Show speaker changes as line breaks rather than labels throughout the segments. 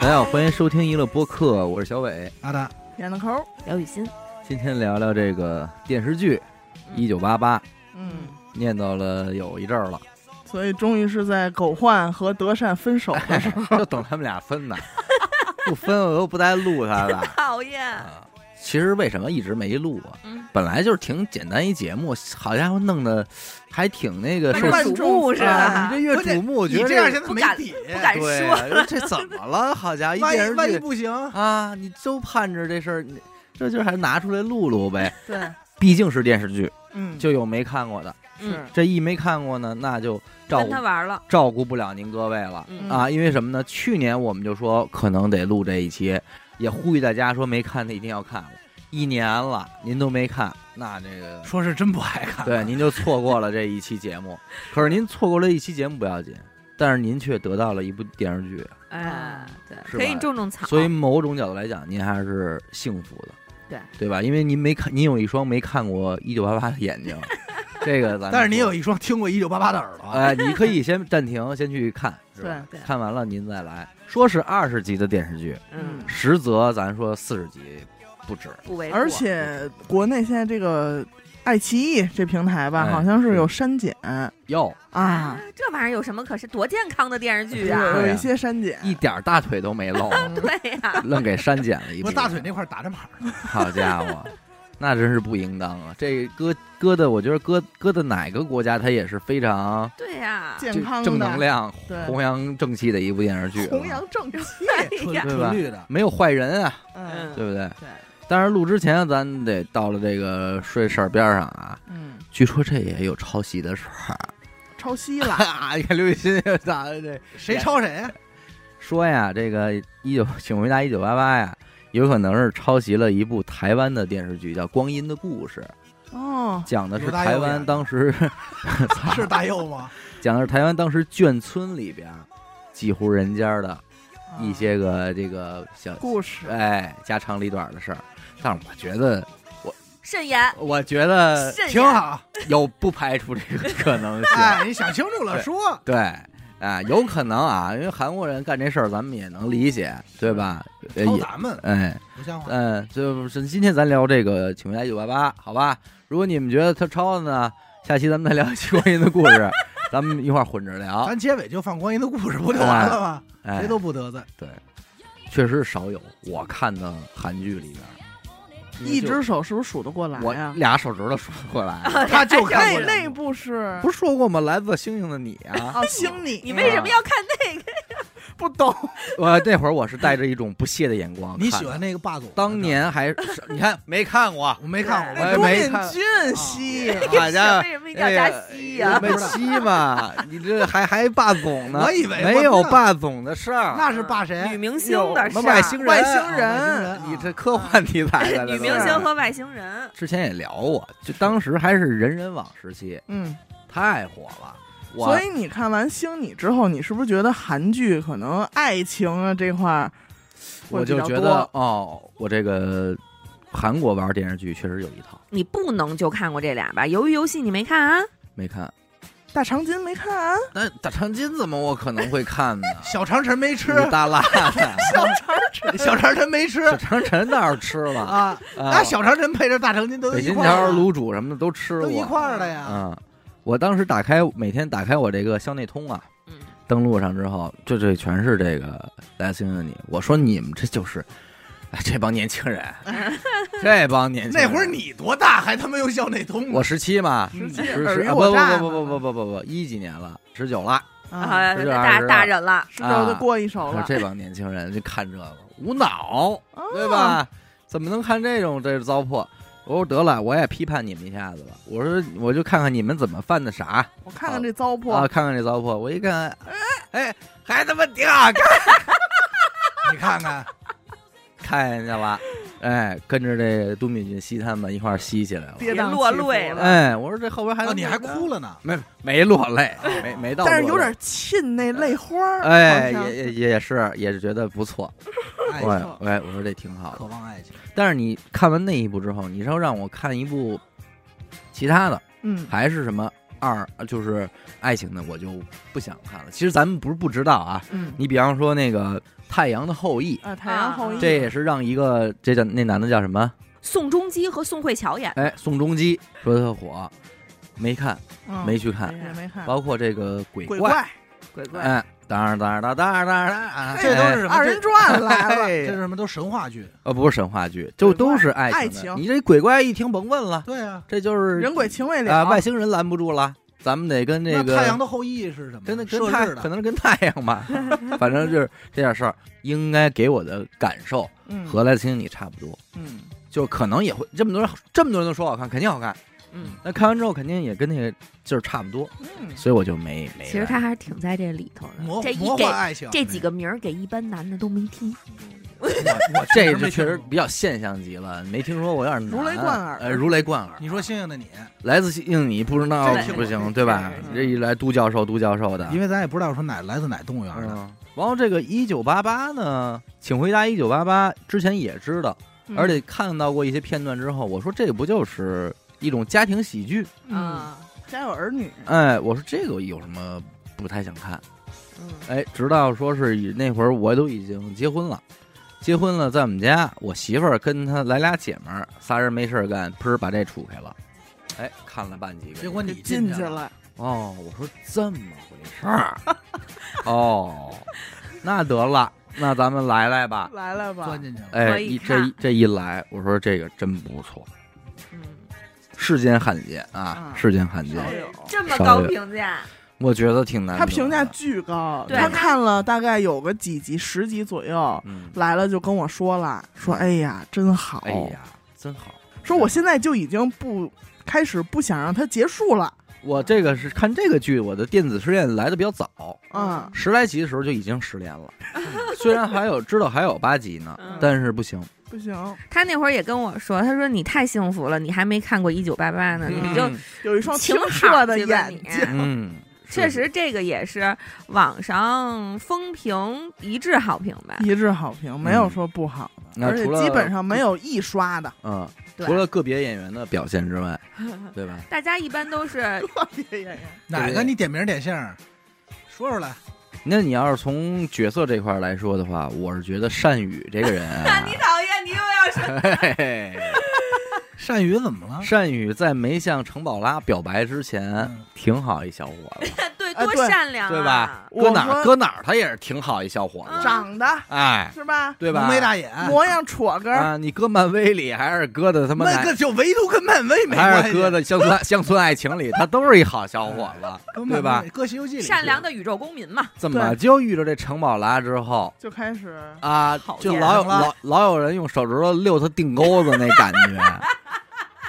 大家好，欢迎收听娱乐播客，我是小伟。
阿达，
冉子抠，
刘雨欣，
今天聊聊这个电视剧《一九八八》，
嗯，
念叨了有一阵儿了，
所以终于是在狗焕和德善分手 的时候，
就等他们俩分呢， 不分我又不带录他的。
讨厌。
啊，其实为什么一直没录啊？
嗯
本来就是挺简单一节目，好家伙，弄得还挺那个受
万
万
众
众
瞩目是吧
啊你这越
关键
瞩目，我
你
觉得
这样现在
不
没
敢
底，
不敢
对
说，
啊，这怎么了？好家伙，一
万
电
一万一
视剧
不行，
啊，你就盼着这事儿，你这就是还拿出来录录呗。
对，
毕竟是电视剧，
嗯，
就有没看过的。
是，
这一没看过呢，那就照
嗯跟
顾
他玩了。
照顾不了您各位了、
嗯
啊！因为什么呢？去年我们就说可能得录这一期，也呼吁大家说没看的一定要看了。一年了，您都没看，那这个
说是真不爱看。
对，您就错过了这一期节 目。可是您错过了一期节目不要紧，但是您却得到了一部电视剧，
哎，对，
是
可以
吧
种种草。啊
所以某种角度来讲，您还是幸福的，
对
对吧？因为您没看，您有一双没看过《一九八八》的 眼睛，这个咱们
但是您
说
有一双听过一九八八的耳朵，
哎，你可以先暂停，先去看，是吧
对
对
看完了您再来。说是二十集的电视剧，
嗯，
实则咱说四十集不止。
不为过
而且国内现在这个爱奇艺这平台吧，
哎
好像是有删减
哟，
啊，，
这玩意儿有什么可是多健康的电视剧
有
啊？
有一些删减，
一点大腿都没露，
对呀，
愣给删减了一部
我
分。
大腿那块打着码呢，
好家伙，那真是不应当啊！这搁搁的，我觉得搁搁的哪个国家，它也是非常
对呀，
健康的
正能，量、
对
弘扬正气的一部电视剧。
弘扬 正气，
哎
纯
呀，
对吧
纯绿的。
没有坏人啊，
嗯
对不对？
对。
但是录之前，咱得到了这个睡事儿边儿上啊。
嗯，
据说这也有抄袭的事儿。
抄袭了，
啊，你看刘雨欣又咋的这？
谁抄谁啊呀？
说呀，这个一九，请回答一九八八呀，有可能是抄袭了一部台湾的电视剧，叫《光阴的故事》，
哦，
讲的是
有大
台
有
湾
小
当时，
是大佑吗？
讲的是台湾当时眷村里边儿几户人家的一些个这个小，
啊故事，
哎，家长里短的事儿。但是我觉得，
慎言，
我觉得
慎言，
挺好。
有不排除这个可能 性。
哎，你想清楚了说。
对，啊，有可能啊，因为韩国人干这事儿，咱们也能理解，对吧？呃
抄
也，
咱们
哎，
不像话。
嗯，就是今天咱聊这个《请回答一九八八》，好吧？如果你们觉得他抄的呢，下期咱们再聊一期关于的故事，咱们一块儿混着 聊。
咱结尾就放光阴的故事，不就完了吗？
哎
谁，哎都不得罪。
确实少有我看的韩剧里边，哎
一只手是不是数得过来
啊
我
呀？
俩手指头数不过来，啊
他就看
哎那
过
那部是
不是说过吗？来自星星的你 啊，
哦，星你，啊
你为什么要看那个？
不懂？
我那会儿我是带着一种不屑的眼光看的。
你喜欢那个霸总？
当年还是你看没看过？
我没看过，
哎
朱
没
敏
看
俊熙，
好家伙
为什么一定要加西呀？
没吸嘛？你这还还霸总呢？
我以为
没有霸总的事儿，
那是霸谁
女？明星的事
什么
儿，
外星人、
外星人
啊
你这科幻题材 的
女明星和外星人，
之前也聊过，就当时还是人人网时期，
嗯，
太火了。我
所以你看完《星你》之后，你是不是觉得韩剧可能爱情啊这块儿会
我就
比较
觉
多
得哦，我这个韩国玩电视剧确实有一套，
你不能就看过这俩吧？鱿鱼游戏你没看啊？
没看。
大长今没看完？
那大长今怎么我可能会看呢？
小长城没吃，
武大拉的
小长城
小长城没吃
小长城哪儿吃了？
啊。 那小长城配着大长今都
北
一
京
块儿啊
桥
了，
卤煮什么的都吃
都
过，
一块儿了呀。
嗯，我当时打开每天打开我这个校内通啊，
嗯
登录上之后，这这全是这个来自星星你，我说你们这就是，哎，这帮年轻人，这帮年轻
那
人，
会儿你多大，还他妈用校内通呢？
嗯我十七嘛，
嗯
十七
十
尔
十
虞
啊
我
不
诈
不不
嘛
不不不不不一几年了，十九了，
啊，
啊，
十九二
大
十
大人了，
是都
啊
过一手
我说
了，
这帮年轻人就看这个无脑，
啊
哦
对？吧？怎么能看这种这糟粕？我说得了，我也批判你们一下子吧。我说我就看看你们怎么犯的傻。
我看看这糟
啊，
粕，
看看这糟粕，我一看，哎，还他妈挺好看，
你看看，
看见去了，哎，跟着这都敏俊熙他们一块儿吸起来了，
跌宕
落
起伏
泪了
哎，我说这后边还
啊
能
你还哭哦了呢？
没没落泪，没没到，
但是有点，沁那泪花儿，
哎，
好像
也也也是也是觉得不错，
爱
哎
情，
哎，我说这挺好
渴
的，
望爱情，
但是你看完那一部之后，你要让我看一部其他的，
嗯，
还是什么二呃就是爱情的，我就不想看了。其实咱们不是不知道啊，
嗯，
你比方说那个《太阳的后裔》，
啊，太阳后裔，
这也是让一个这叫那男的叫什么？
宋仲基和宋慧乔演，
哎，宋仲基说特火，没看，
嗯
没去看。
也没看，
包括这个鬼
鬼
怪，
鬼怪，
哎，当然当然当然当然当然，
这都是什么
二人转来了，
这
哎
是什么？都神话剧。
呃不是神话剧，就都是
爱
爱的
情
你这鬼怪一听甭问了，
对啊，
这就是
人鬼情未
啊，
了，
外星人拦不住了，咱们得跟这
那
个
太阳的后裔是什么？
跟那
摄
跟
制
太
的
可能是跟太阳吧，反正就是这点事儿，应该给我的感受
嗯
和来听你差不多，
嗯
就可能也会这么多人这么多人都说好看，肯定好看，
嗯，
那看完之后肯定也跟那个劲儿差不多，
嗯，
所以我就没没来。
其实他还是挺在这里头的。
魔
这一
魔
给
幻啊爱情，
这几个名儿给一般男的都没听，
我我
这
没
是确实
听过
比较现象级了，没听说过，有点难
如雷贯耳
呃，如雷贯耳。
你说星星的你，
来自印尼，不知道
真听
不
过
行，对吧？
嗯
这一来都教授，都教授的。
因为咱也不知道说哪来自哪动物园的。
嗯，然后这个一九八八呢，请回答一九八八之前也知道，
嗯
而且看到过一些片段之后，我说这不就是一种家庭喜剧？
嗯，家有儿女，
哎，我说这个有什么不太想看？
嗯，
哎，直到说是以那会儿我都已经结婚了，结婚了，在我们家，我媳妇儿跟她来俩姐们儿，仨人没事儿干，噗儿把这杵开了，哎，看了半集个。
结果你
进
去
去，了，
哦，我说这么回事儿，哦，那得了，那咱们来来吧。
来了吧
钻，进去了。
哎，
可以
一这
看
一这一来，我说这个真不错，
嗯，
世间罕见啊
啊，
世间罕见
少，
哎
有
这么
少
高
有
评价，
我觉得挺难得
他
的。
评价巨高，
对
他看了大概有个几集，十集左右，
嗯，
来了就跟我说了，说哎呀真好，
哎呀，真好。
说我现在就已经不开始不想让它结束了，
我这个是看这个剧，我的电子失恋来的比较早，
嗯
十来集的时候就已经失恋 了。虽然还有知道还有八集呢，
嗯
但是不行，
不行，
他那会儿也跟我说，他说你太幸福了，你还没看过《一九八八》呢，
嗯
你就
有一双
情
清
好
澈的
记吧
眼
你
睛，
嗯，
确实这个也是网上风评一致好评吧。
一致好评，没有说不好的，
那
而且
除了
基本上没有一刷的，
嗯，
对
除了个别演员的表现之 外，对吧？
大家一般都是
特别演员，
哪个你点名点姓儿，说出来。
那你要是从角色这块儿来说的话，我是觉得单宇这个人啊，
你讨厌，你又要说
嘿嘿
单于怎么了？
单宇在没向程宝拉表白之前
嗯，
挺好一小伙子，
呃对
哎
多
对
善良、啊，
对吧？
我
搁哪儿
说嗯
搁哪儿他也是挺好一小伙子，
长得
哎，
是吧？
对吧？
浓眉大眼，
模样戳根儿，
啊，你搁漫威里还是搁的他妈
那
男
个就唯独跟漫威没
还
关系，
是搁的乡村乡村爱情里，他都是一好小伙子，
哎跟
对
漫
吧
威？？搁《西游记》里
善良的宇宙公民嘛。
怎么就遇着这程宝拉之后
就开始
啊
讨，厌
就老有
上了
老老有人用手指头溜他腚沟子那感 觉，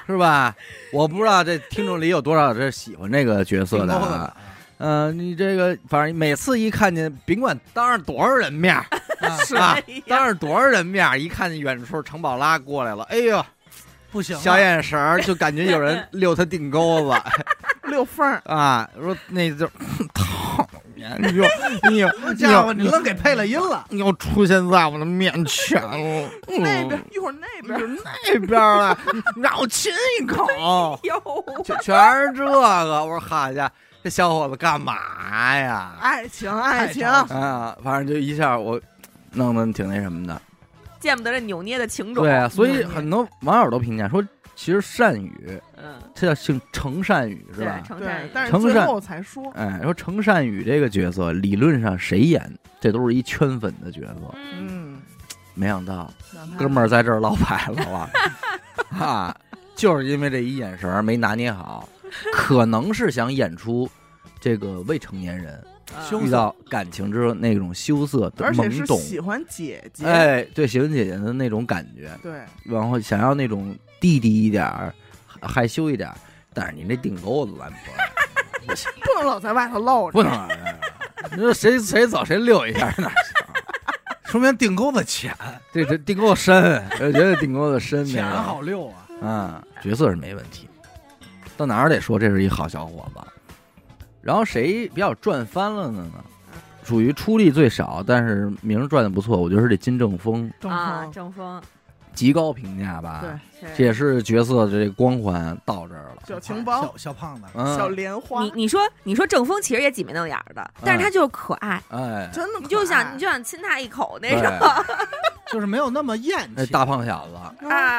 是吧？我不知道这听众里有多少这喜欢这个角
挺
色的
高的
啊。嗯、你这个反正每次一看见，甭管当着多少人面 儿，
啊
是吧
哎呀？
当着多少人面儿，一看见远处程宝拉过来了，哎呦，
不行了，
啊
小眼神儿就感觉有人溜他腚沟 子，
溜缝儿，
啊，说那就 讨厌，你就你有
好
你
家伙，
有
你愣给配了音了，
你又出现在我的面前了，
那
嗯
边一会儿那边，
那边儿了， 你让我亲一 口，
哟，
全全是这个，我说好家伙，这小伙子干嘛呀？
爱情
哎
爱情，
太长
啊，反正就一下我弄得挺那什么的，
见不得这扭捏的情种。
对啊，所以很多网友都评价说，其实善宇，
嗯，
这叫姓程善宇是
对
吧，？
程善
对
宇，，
但是
成
最
善
后才说，
哎，说程善宇这个角色，理论上谁演，这都是一圈粉的角色。
嗯，
嗯，
没想到
让他
哥们儿在这儿落牌了啊！啊，就是因为这一眼神儿没拿捏好，可能是想演出这个未成年人
羞
遇
涩
到感情之后那种羞涩的
啊而且
懵
是
懂，
喜欢姐姐，
哎，对喜欢姐姐的那种感觉，
对，
然后想要那种弟弟一点儿，害羞一点儿，但是你那腚沟子咱不
不能老在外头露着，
不能啊，你说谁谁走谁溜一下哪行？
说明腚沟子浅，
这这腚沟深，我觉得腚沟子深没
浅
有
好溜啊。
啊，角色是没问题，到哪儿得说这是一好小伙子。然后谁比较赚翻了呢呢？属于出力最少，但是名儿赚的不错。我觉得是这金正峰，
正
啊，
好
郑峰，
极高评价吧。
对，
这也是角色的这个光环到这儿了。
小情包、
小小胖子，
嗯，
小莲花
你，你说你说郑峰其实也挤眉弄眼儿的，
嗯
但是他就是可爱，
哎，
真的可爱
你就想你就想亲他一口那
对
种
就是没有那么厌
那
气。
大胖小子，
啊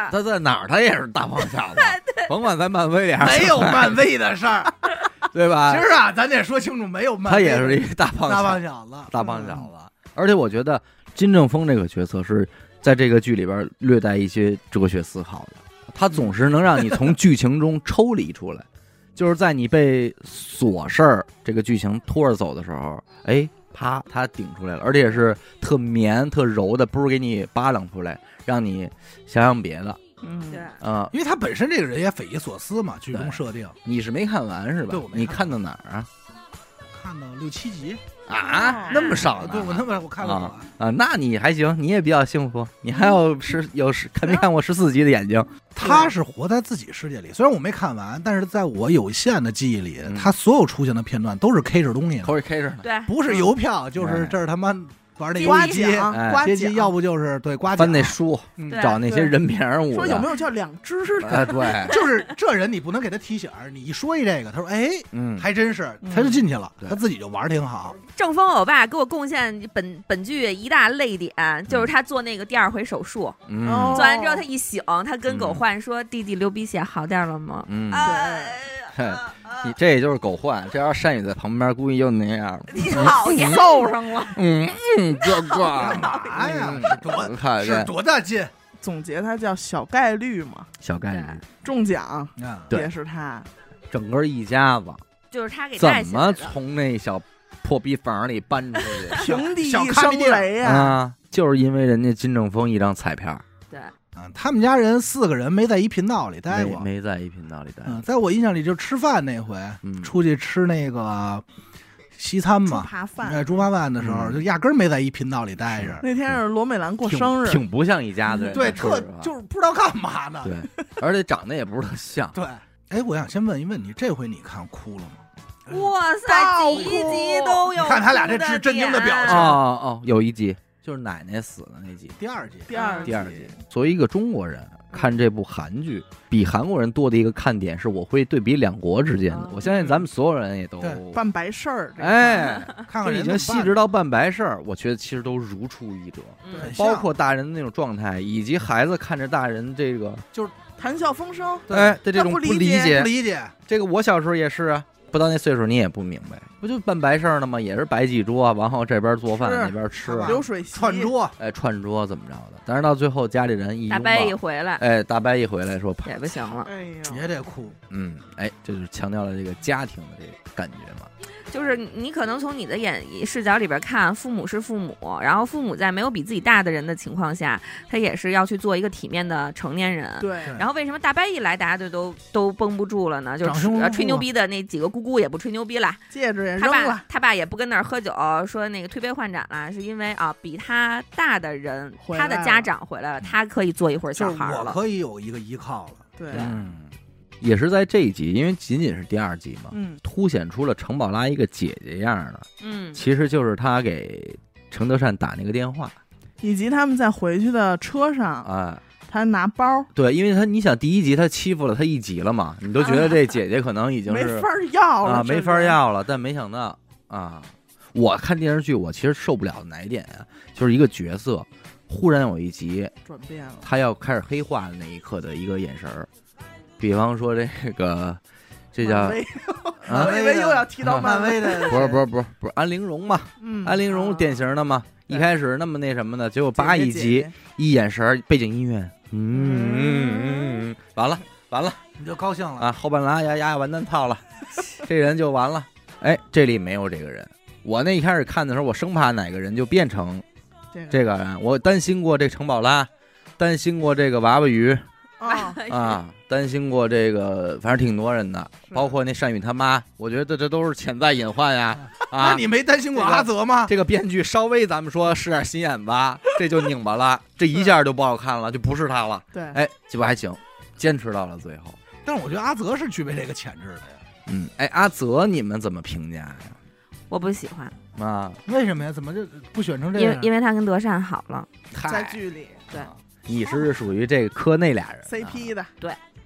啊。
他在哪儿他也是大胖小子，甭管在漫威里还是
没有漫威 的事儿，
对吧
今？儿啊，咱得说清楚，没有漫
他
威的
也
事儿。
是一大胖
大
小
胖
子，
小子，
大胖小
嗯
子。而且我觉得金正峰这个角色是在这个剧里边略带一些哲学思考的，他总是能让你从剧情中抽离出来，就是在你被琐事儿这个剧情拖着走的时候，哎，啪，他顶出来了，而且是特绵特柔的，不是给你扒拉出来，让你想想别的
嗯，
对，
啊、
因为他本身这个人也匪夷所思嘛，剧
对
中设定
你是没看完是吧
对我？没
你
看
看到哪儿啊？
看到六七集，
啊
哦，
那么少呢？
对我那么我看到了，
啊，那你还行，你也比较幸福，你还有十有十看没看过十四集的眼睛？
他是活在自己世界里，虽然我没看完，但是在我有限的记忆里
嗯，
他所有出现的片段都是 K 着东西的，
口里 K 着呢。
对，
不是邮票就是
哎
这是他妈玩那
刮
游戏机，
奖
哎
刮
街机
奖，
要不就是对刮
翻
奖
那，书，
嗯
对
找那些人名儿舞
说有没有叫两只？
啊，对，
就是这人你不能给他提醒儿，你一说一这个，他说哎，
嗯，
还真是，
嗯
他就进去了
对，
他自己就玩儿挺好，
郑峰欧巴给我贡献本本剧一大泪点，就是他做那个第二回手术，
嗯
哦
做完之后他一醒，他跟狗焕说：“弟弟流鼻血，好点了吗？”
嗯，
啊，
嘿你这也就是狗焕，这要是善宇在旁边，估计又那样了。
你讨厌，
揍上 了。
嗯嗯，哥
干
哥，
嘛呀
嗯？
是多
你看
是
这
多大劲
总结它叫小概率嘛，
小概率，
中奖
啊？
对
也是它。
整个一家子
就是他给带
怎
起来
么
的。
从那小破逼房里搬出 去
平地一
小咖
声
啡店
雷呀、
啊？就是因为人家金正峰一张彩票，
对，
啊，他们家人四个人没在一频道里待
没
过。
没在一频道里待。
嗯，在我印象里，就吃饭那回，
嗯
出去吃那个西餐
猪
嘛，
扒饭。
哎，猪扒饭的时候，
嗯
就压根儿没在一频道里待着。
那天是罗美兰过
挺
生日，
挺不像一家子人的，
对，
说
特
实话
就是不知道干嘛呢。。
对，而且长得也不是特像
对，哎，我想先问一问你，这回你看哭了吗？
哇塞，几集都有。
你看他俩这震震惊的表情
哦哦，有一集就是奶奶死的那集，
第二集，
第二
第二集。作为一个中国人，看这部韩剧比韩国人多的一个看点是，我会对比两国之间的
哦。
我相信咱们所有人也都
对
办白事儿这个，
哎，
看
就
看人
已
怎
经
么
细
办
致到办白事儿，我觉得其实都如出一辙。
对
嗯，
像
包括大人的那种状态，以及孩子看着大人这个，
谈笑风生，
对
哎，对这种
他不理
理
解
解
不，理解，
这个我小时候也是啊，不到那岁数你也不明白，不就办白事儿呢吗？也是摆几桌，然后这边做饭，
吃
那边吃啊，
流水席
串，桌，
哎，串桌怎么着的？但是到最后家里人一
大
拥抱
伯一回 来
哎，大伯一回来说，啪
也不行了，
哎呀，
也得哭。
嗯，哎，这就是强调了这个家庭的这个感觉嘛。
就是你可能从你的眼视角里边看，父母是父母，然后父母在没有比自己大的人的情况下，他也是要去做一个体面的成年人。
对，
然后为什么大伯一来，大家就都都绷不住了呢？就是
掌声
吹呃
鼓
吹牛逼的那几个姑姑也不吹牛逼了，
戒指也
他
扔
爸
了，
他爸也不跟那儿喝酒，说那个推杯换盏了，是因为啊，比他大的人，
回
他的
来
家
了
长回来了，他可以做一会儿
就
小
是
孩儿
我
了。
可以有一个依靠了。
对，
嗯，也是在这一集，因为仅仅是第二集嘛，
嗯，
凸显出了程宝拉一个姐姐样儿的，
嗯，
其实就是她给程德善打那个电话
以及他们在回去的车上，
啊。
他拿包，
对，因为她你想第一集她欺负了她一集了嘛，你都觉得这姐姐可能已经
没
是
法要了，
啊，
这
没法
人，
要了。但没想到啊，我看电视剧，我其实受不了的哪一点啊，就是一个角色忽然有一集
转变了，
他要开始黑化的那一刻的一个眼神儿，比方说这个这叫
漫威
啊
我
哎
以为又要提到
啊
漫
漫
威
威
的，
的
不是不是不是不是安陵容嘛，
嗯，
安陵容
啊
典型的嘛，一
对
开始那么那什么的，结果
姐
叭
姐
一
姐
集
姐
一眼神儿背景音乐，嗯，嗯嗯完了完了。
你就高兴了。
啊，后半拉牙牙完蛋套了， 这人就完了。哎，这里没有这个人。我那一开始看的时候，我生怕哪个人就变成
这个
这个人，我担心过这城堡拉，担心过这个娃娃鱼
啊，
哎
啊，担心过这个，反正挺多人的，
是
包括那善宇他妈，我觉得这都是潜在隐患呀。
那
啊，
你没担心过阿泽吗？
这个编剧稍微咱们说使点心眼吧，这就拧巴了，这一下就不好看了，就不是他了。
对，
哎，结果还行，坚持到了最后。
但是我觉得阿泽是具备这个潜质的呀。
嗯，哎，阿泽你们怎么评价呀？
我不喜欢，
啊，
为什么呀？怎么就不选成这
啊
因为
样？
因为他跟德善好了，
嗨
在剧里，
对
啊你是属于这个磕那俩人啊
CP 的，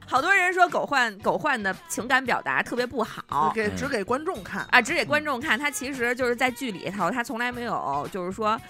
好多人说狗焕狗焕的情感表达特别不好
给
嗯
只给观众看，
啊，只给观众看，他其实就是在剧里头，他从来没有就是说，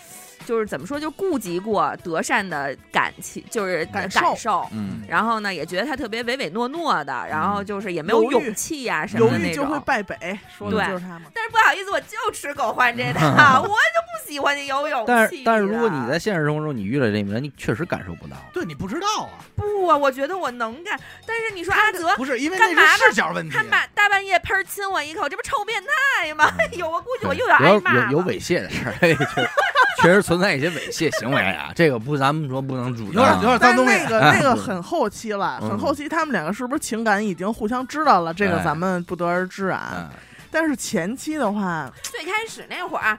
就是怎么说，就顾及过德善的感情，就是
感受
感受。
嗯，
然后呢，也觉得他特别唯唯诺诺的，然后就是也没有
犹豫
勇气呀、什么
犹
的
豫
那
就会
种。
败北，说的
对
就是他嘛。
但是不好意思，我就吃狗焕这套，我就不喜欢你有勇气的。啊
但是但是如果你在现实生活中你遇到这种人，你确实感受 不到。
对你不知道啊，
不啊，我觉得我能干。但是你说阿泽
不是因为
啊干嘛
那
呢
是视角问题
他。把大半夜喷亲我一口，这不臭变态吗？哎 呦，我估计我
对
又要挨骂了
有有有猥亵的事儿， 哎确实确实存在一些猥亵行为啊。这个不，咱们说不能主
有点
张。
有点
但是
脏东西
那，个那个很后期了，
哎嗯
很后期，他们两个是不是情感已经互相知道了？这个
哎
咱们不得而知啊。
嗯
但是前期的话，
最开始那会儿，啊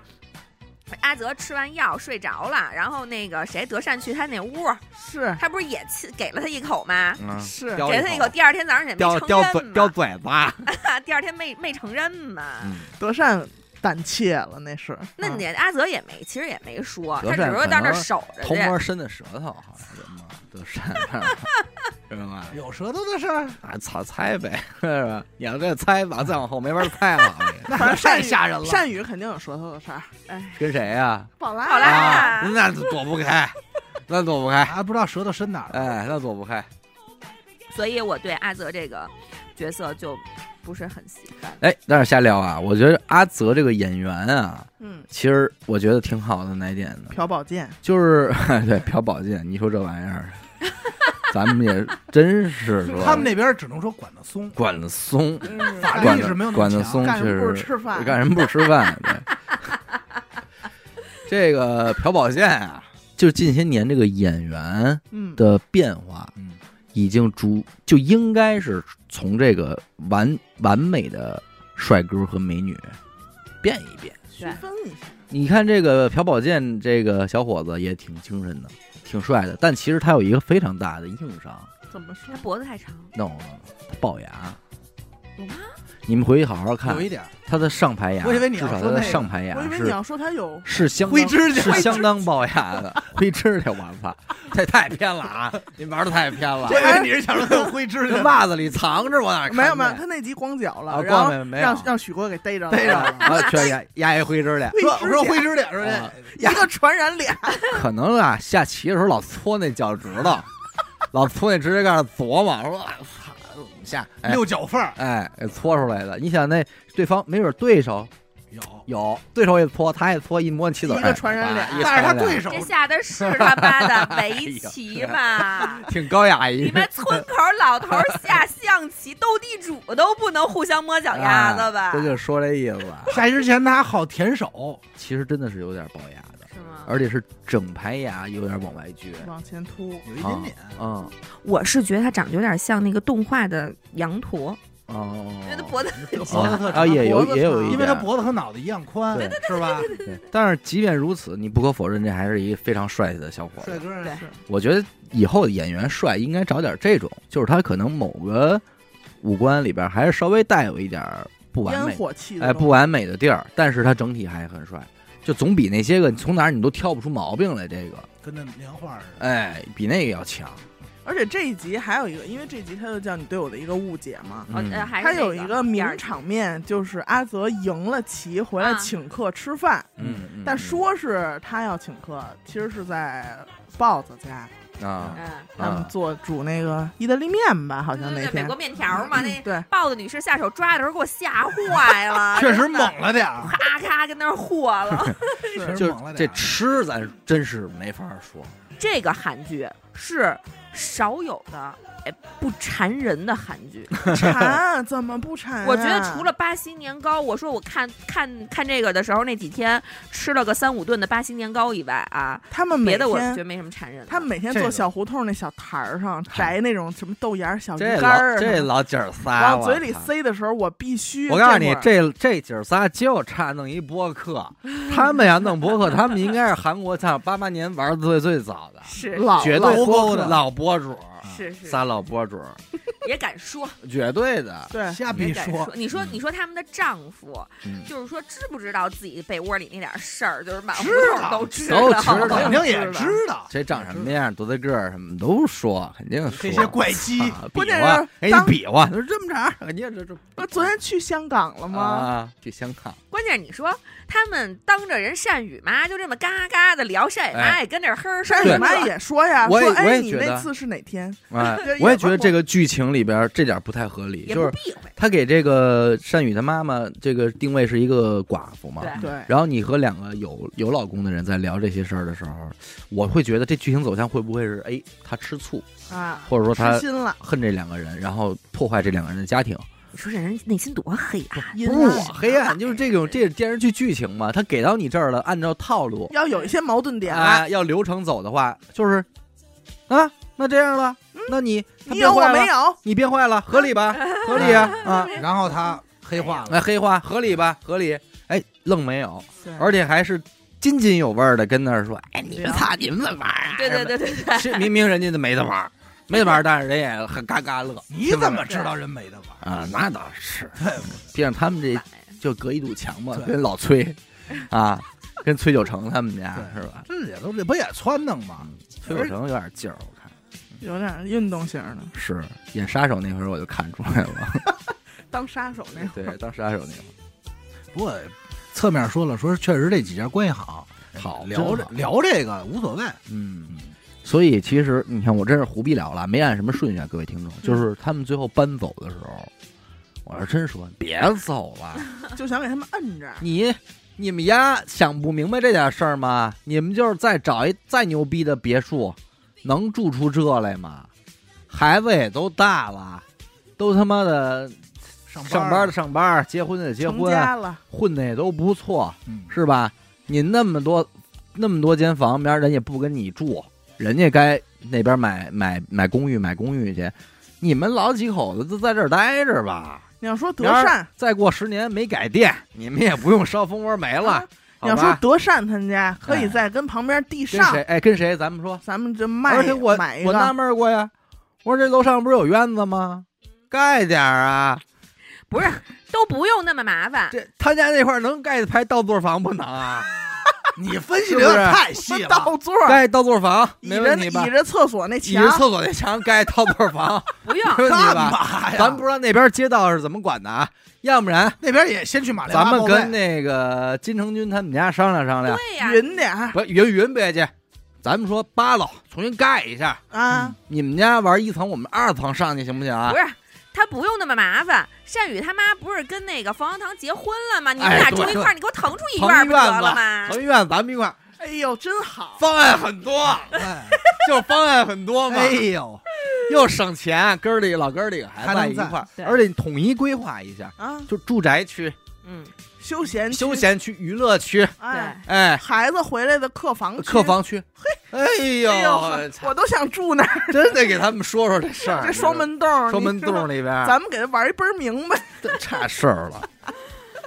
阿泽吃完药睡着了，然后那个谁德善去他那屋，
是
他不是也亲给了他一口吗？
嗯，
是
叼
给了他一口，第二天早上起来
叼
没
叼嘴
承
叼
认嘛，
嘴
啊
巴，
第二天没没承认嘛。
嗯
德善胆怯了，那是。
那
嗯
你阿泽也没，其实也没说，
德
他
善
只是说到那儿守着
偷
去。
摸伸的舌头，好像是吗？德善，知道吗？
有舌头的事儿，
啊，操，猜呗， 是吧？你要这猜吧，再往后没法猜了。
那
反正
太
善
吓人了。
善宇肯定有舌头的事儿，
跟谁呀？
宝拉，
宝拉
啊，那躲不开，那躲不开，
还啊不知道舌头伸哪儿了。
哎，那躲不开。
所以我对阿泽这个角色就不是很喜欢。
哎，但是瞎聊啊，我觉得阿泽这个演员啊，
嗯，
其实我觉得挺好的，哪一点呢？
朴宝剑，
就是 对朴宝剑，你说这玩意儿，咱们也真 是说
他们那边只能说管得松，
管得松，
嗯
法
管
律
得
是没有那
管
么
得
强。
松，
干
确
什么
实
不是吃饭？
干什么不吃饭？对 这个朴宝剑啊，就近些年这个演员
嗯，
的变化，
嗯，
已经逐就应该是从这个完完美的帅哥和美女变一变。
区分一下，
你看这个朴宝剑这个小伙子也挺精神的，挺帅的，但其实他有一个非常大的硬伤，
怎么说
他？脖子太长，
no，no，no，他龅牙。
有吗？
你们回去好好看
有，一点儿
他的上排牙，
我以为你
至
要
少
说
他的
那个
上排牙
我以为你
是
要说他有
是相
灰
当
指甲，
是相当龅牙的，灰指甲，我操，这太偏了啊！你玩的太偏了
我，以为你是想说他有灰指
哎这
甲。
袜子里藏着，我哪看见
没有没有，他那集光脚了，
啊
然后
光没没有
让让许哥给逮着
逮着
了，
啊，全牙牙一灰指甲，
说我说灰指甲，说
啊
这
一个传染脸，
可能啊，下棋的时候老搓那脚趾头，老搓那指甲盖儿琢磨，说哎操，怎么下？哎
六角缝儿
哎，给搓出来的。你想那对方没准对手
有，
有，对手也搓，他也搓，一摸棋子儿，
一个传染脸
哎一
但是他
传染
对手
这下的是他妈的围棋吧？
挺高雅一
你们村口老头儿下象棋、斗地主都不能互相摸脚丫子吧？
哎这就说这意思啊。
下棋之前他还好舔手，
其实真的是有点龅牙的，
是吗？
而且是整排牙有点往外撅。
往前突，
有一点点。
嗯
我是觉得他长得有点像那个动画的羊驼，
哦，
觉得脖子 很
脖子
长。
特
啊也有
脖子
也有
长
一点，
因为他脖子和脑袋一样宽，
对
是吧？
对但是即便如此，你不可否认，这还是一个非常帅气的小伙子
帅。哥
对
是
我觉得以后演员帅应该找点这种，就是他可能某个五官里边还是稍微带有一点儿不完
烟
美，
火气的
哎，
东西
不完美的地儿，但是他整体还很帅，就总比那些个从哪儿你都挑不出毛病来，这个，
跟那莲花似的。
哎，比那个要强。
而且这一集还有一个，因为这一集他就叫你对我的一个误解嘛。
哦
嗯
呃还是
他
那
有一
个第二
名
集
场面，就是阿泽赢了棋回来
啊
请客吃饭，
嗯嗯
但
嗯
说是他要请客，其实是在豹子家，
啊，
嗯，
他们做煮那个意大利面吧，好像
对对，
那
美
天嗯
国面条嘛，那
对，
豹子女士下手抓的时候给我吓坏了，
确实
真的
猛，了点儿，
咔咔跟那儿和了。
确
就
实
是
猛了
这
点儿。
吃咱真是没法说，
这个韩剧是少有的。哎，不馋人的韩剧，
馋怎么不馋啊？
我觉得除了巴西年糕，我说我看看看这个的时候，那几天吃了个三五顿的巴西年糕以外啊，
他们每
别的我
天
觉得没什么馋人的。
他们每天
这
坐
个
小胡同那小台儿上
嗨
摘那种什么豆芽儿、小啊鱼
这
干
老
儿什么的，
这老姐儿仨，
往嘴里
操
塞的时候，我必须
我告诉你，
会儿
这这姐儿仨就差弄一播客，他们要弄播客，他们应该是韩国像八八年玩的最最早的，
是
老
绝
老
对
播客
老博主。
是是，
仨老波主儿，
也敢说，
绝对的。
对，
瞎
也
逼
敢
说，
你说，你说他们的丈夫，
嗯
就是说知不知道自己被窝里那点事儿，就是满胡
知
同
道
都知
都知道
肯定也
是吧
知道
谁长什么样，多大个儿，什么都说，肯定说。
这些怪鸡。
啊比
关键
划
是，
哎，
当
你比划，就这么着，肯定这这。
我昨天去香港了吗？
啊，去香港，
关键你说他们当着人单雨妈就这么嘎嘎的聊单雨妈，
哎
也跟那儿哼
山
单
雨
对
雨
妈
妈也
也说哎呀，
我也
说
我
哎，
也
你
觉
那
得
次是哪天？
哎
对，
我也
也
觉得
包括
这个剧情里边这点不太合理，
也
就
不
是
避讳，
他给这个单宇他妈妈这个定位是一个寡妇嘛，
对
对，
然后你和两个有有老公的人在聊这些事儿的时候，我会觉得这剧情走向会不会是哎，他吃醋，
啊，
或者说他
失心了，
恨这两个人，然后破坏这两个人的家庭？
你说这人内心多黑暗，啊
阴
不是
暗
我黑暗，就是这种这是电视剧剧情嘛，他给到你这儿了，按照套路，
要有一些矛盾点啊。
啊，要流程走的话，就是啊，那这样了，那你他
嗯你
变
有我
坏了
没，有？嗯
你变坏了，合理吧？合理啊啊！
然后他黑化了，
哎，黑化合理吧？合理。哎，愣没有，
对
嗯
而且还是津津有味的跟那儿说：“哎，你
对
们
啊
操，你们怎么玩啊？”
对对对对对，
是明明人家就没得玩 儿，没得玩儿，但是人也很嘎嘎乐
你怎么知道人没得玩？
啊，那倒是。毕竟他们这就隔一堵墙嘛，
对
跟老 崔啊，跟崔九成他们家
对
是吧？
这也都这不也撺弄吗？
崔九成有点劲儿，我看
有点运动型的，
是演杀手那会儿我就看出来了，
当杀手 那会
对
儿，，
当杀手那会
不过侧面说了，说确实这几家关系好，
儿好
哎聊这
着，
聊这个无所谓。
嗯。所以其实你看，我真是胡逼聊了，没按什么顺序啊，各位听众。就是他们最后搬走的时候，我是真说别走了，
就想给他们摁着。
你你们家想不明白这点事儿吗？你们就是再找一再牛逼的别墅，能住出这来吗？孩子也都大了，都他妈的
上班
上班的，上班，结婚的结
成
婚，啊
家了，
混的也都不错，
嗯，
是吧？你那么多那么多间房，明儿人也不跟你住，人家该那边买买买公寓买公寓去，你们老几口子就在这儿待着吧。
你要说德
明儿
善，
再过十年没改电，你们也不用烧蜂窝煤了
啊。你要
好
说
吧
德善他们家可
哎
以在跟旁边地
跟
上
谁，？哎，跟谁？咱们说。
咱们就卖
而且我
买一
我纳
个，
闷过呀，我说这楼上不是有院子吗？盖点儿啊！
不是都不用那么麻烦，
这他家那块儿能盖排倒座房不能啊？
你分析的有点太细 了。
倒座儿
盖倒座房
倚
没
着
问题吧
倚？着厕所那
倚着
墙，
厕所那墙盖倒座房
不用
没问题
干
吧？
哎嘛呀？
咱不知道那边街道是怎么管的啊，要不然
那边也先去马来
咱
巴
们
报备
跟那个金城君他们家商量商量，
对呀，
匀点儿啊
不云云别介，咱们说扒拉重新盖一下。
啊，
你们家玩一层，我们二层上去行不行啊
不？是。他不用那么麻烦，单宇他妈不是跟那个冯小堂结婚了吗？你们
哎
俩
对
住一块儿，你给我腾出一
腾
院儿不
院
得
子
了吗？
彭于晏，咱们一块儿
哎呦，真好，
方案很多，
哎
就是方案很多嘛，
哎呦，
又省钱，哥儿几个老哥儿几个还
还
在
能
一块儿
在对，
而且你统一规划一下，
啊，
就住宅区、
嗯，
休闲区
休，闲区、娱乐区，
哎，
哎，
孩子回来的客房区
客，房区，嘿，哎
哎呦
呦，，操
我都想住那儿，
真得给他们说说这事儿，
这双门洞儿，
双门
你知道
洞里边，
咱们给他玩一倍儿明白，
真差事儿了，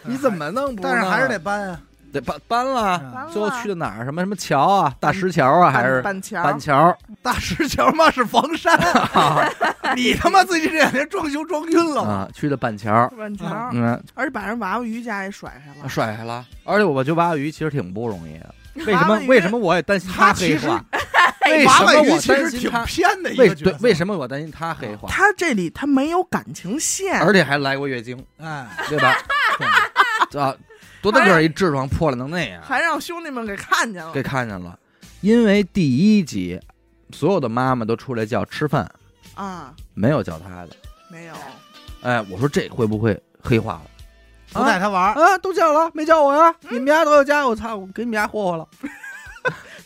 你怎么弄不弄
但
啊？
是还是得搬啊。
得搬搬了，
嗯
搬了
最后去的哪儿？什么什么桥啊？大石桥啊？还是
板桥，
板桥？
大石桥嘛是房 山，你他妈最近这两天装修装晕了吗？
啊，去的板桥，
板桥，
嗯，
而且把人娃娃鱼家也甩开了，
甩下了。而且我觉得娃娃鱼其实挺不容易的。 为什
娃
么
娃？鱼
为什么我也担心
他
黑
其实
化？ 为什
娃娃
么
鱼
我
其
担
实
心
挺
他？
偏的一
为
个角
对
色，
为什么我担心他黑化？
他这里他没有感情线，
而且还来过月经，
哎，
对吧？啊，多大个儿一痔疮破了能那样？
还让兄弟们给看见了
给，看见了，因为第一集所有的妈妈都出来叫吃饭，
啊，
没有叫他的。
没有，
哎，我说这会不会黑化了？
不带他玩儿，
啊，都叫了，没叫我呀？你们家都有家，我操，我给你们家霍霍了，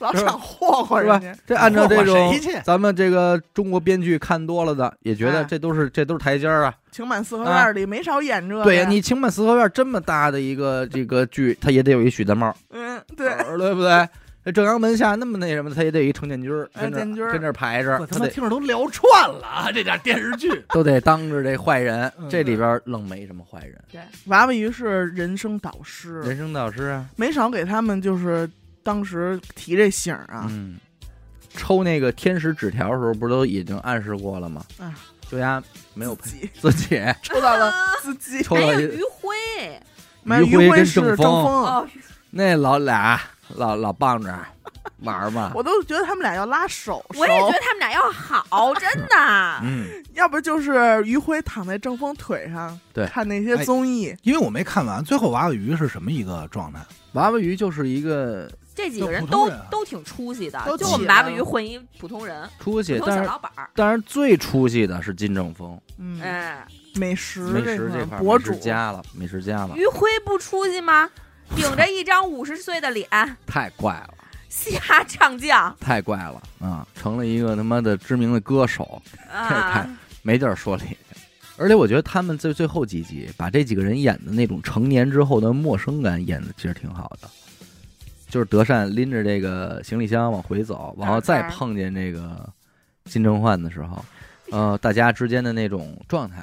老想霍霍
是
人
吧
家，？
这按照这
霍霍
种
谁去
咱们这个中国编剧看多了的，也觉得
哎
这都是这都是台阶儿啊。
情满四合院里没少演这个，
对呀，你《情满四合院》这么大的一个这个剧，它也得有一许大茂，
嗯，对，
呃对不对？这正阳门下那么那什么，它也得有一程建军儿
哎
跟这
建军
儿
儿
跟这儿排着，
我
他
他妈
得
听着都聊串了啊！这点电视剧
都得当着这坏人
嗯。
这里边儿愣没什么坏人，
娃娃鱼是人生导师，
人生导师啊，
没少给他们就是当时提这醒儿啊，
嗯，抽那个天使纸条的时候，不是都已经暗示过了吗？
啊，
就丫没有
自己
自 己
抽到 了自己，
抽
还
到
有
一
呃哎
哎
余晖
买
余晖
晖
跟
是
郑
郑
峰啊
峰，
哦，
那老俩老老棒着玩儿嘛，
我都觉得他们俩要拉手，
我也
手
觉得他们俩要好，真的。
嗯，
要不就是余晖躺在郑峰腿上，
对哎
看那些综艺，
因为我没看完，最后娃娃鱼是什么一个状态？
娃娃鱼就是一个
这几个人
就普
都
通人啊
都挺出息的
都，
就我
起
们
来
八个鱼
了
混一普通人，
出
普
息，
通小
但是
老板儿。
但是最出息的是金正峰，
嗯，
哎，
美食
美食
这
块儿
块儿嗯博
美
主嗯
食家了，美食家了，
余晖不出息吗？顶着一张五十岁的脸，
太怪了，
嘻哈唱将
太怪了啊、成了一个他妈的知名的歌手，太
啊，
没地儿说理去。而且我觉得他们在最后几集把这几个人演的那种成年之后的陌生感演的其实挺好的，就是德善拎着这个行李箱往回走，然后再碰见这个金正焕的时候，呃，大家之间的那种状态，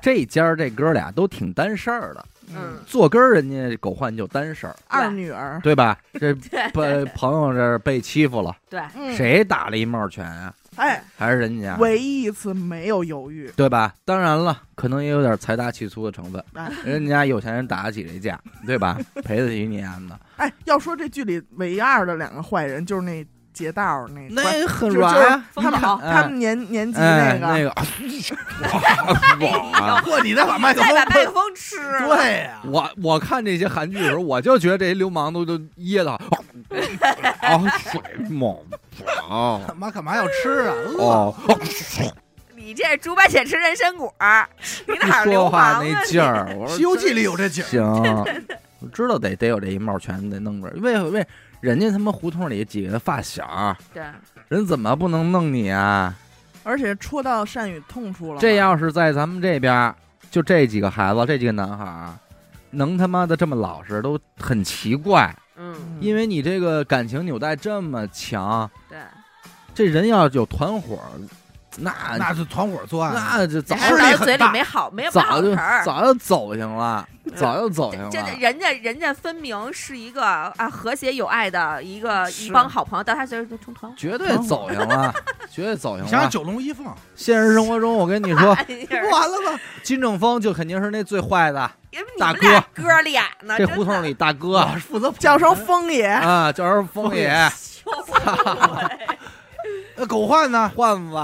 这家儿这哥俩都挺担事儿的，
嗯，
坐根儿人家狗焕就担事儿，
二女儿，
对吧？这
对
被朋友这儿被欺负了，
对，
嗯？
谁打了一帽拳啊？
哎，
还是人家？
唯一一次没有犹豫，
对吧？当然了，可能也有点财大气粗的成分
哎，
人家有钱人打得起这架，对吧？赔得起你安的，
哎，要说这剧里唯一二的两个坏人，就是那劫道儿那关
那很
就是
软啊，
疯狗
哎
他们年年级
哎
那
那
个，
个，哇
嚯，你再把麦克
再
风
把麦克
喷，
风吃了，
对啊呀，
我我看这些韩剧的时候，我就觉得这些流氓都都噎的，啊水猛啊
干嘛干嘛要吃啊？饿，
哦，
你这猪八戒吃人参果儿，你哪儿
说
流
话
氓
那
啊？
劲儿，我
《
说
西游记》里有这景儿，
行，我知道得得有这一帽全得弄出来，为为人家他妈胡同里几个发小，
对，嗯
人怎么不能弄你啊？
而且戳到善宇痛处了。
这，要是在咱们这边儿，就这几个孩子，这几个男孩儿，能他妈的这么老实，都很奇怪。
嗯，
因
为
为你这个感情纽带这么强，
对，
这人要有团伙儿，那
那是团伙作案，
那就早
这孩子早
吃力
就
很
嘴里
大
没好没有没
早
好
就
词儿，
早就走行了，早就走行
这
了。
这人家人家分明是一个啊和谐友爱的一个
是
一帮好朋友，到他嘴里就成团伙。
绝对走行了，绝对走行
你想想
了。
九龙一凤，
现实生活中，我跟你说，
哎呀
不完了吗？
金正峰就肯定是那最坏的，
因为你
大
们俩哥俩呢，
这
真
胡同
的
里大哥
我是负责
叫声风爷，
啊，叫人峰
哎风
爷
爷、呃狗焕呢，
焕子。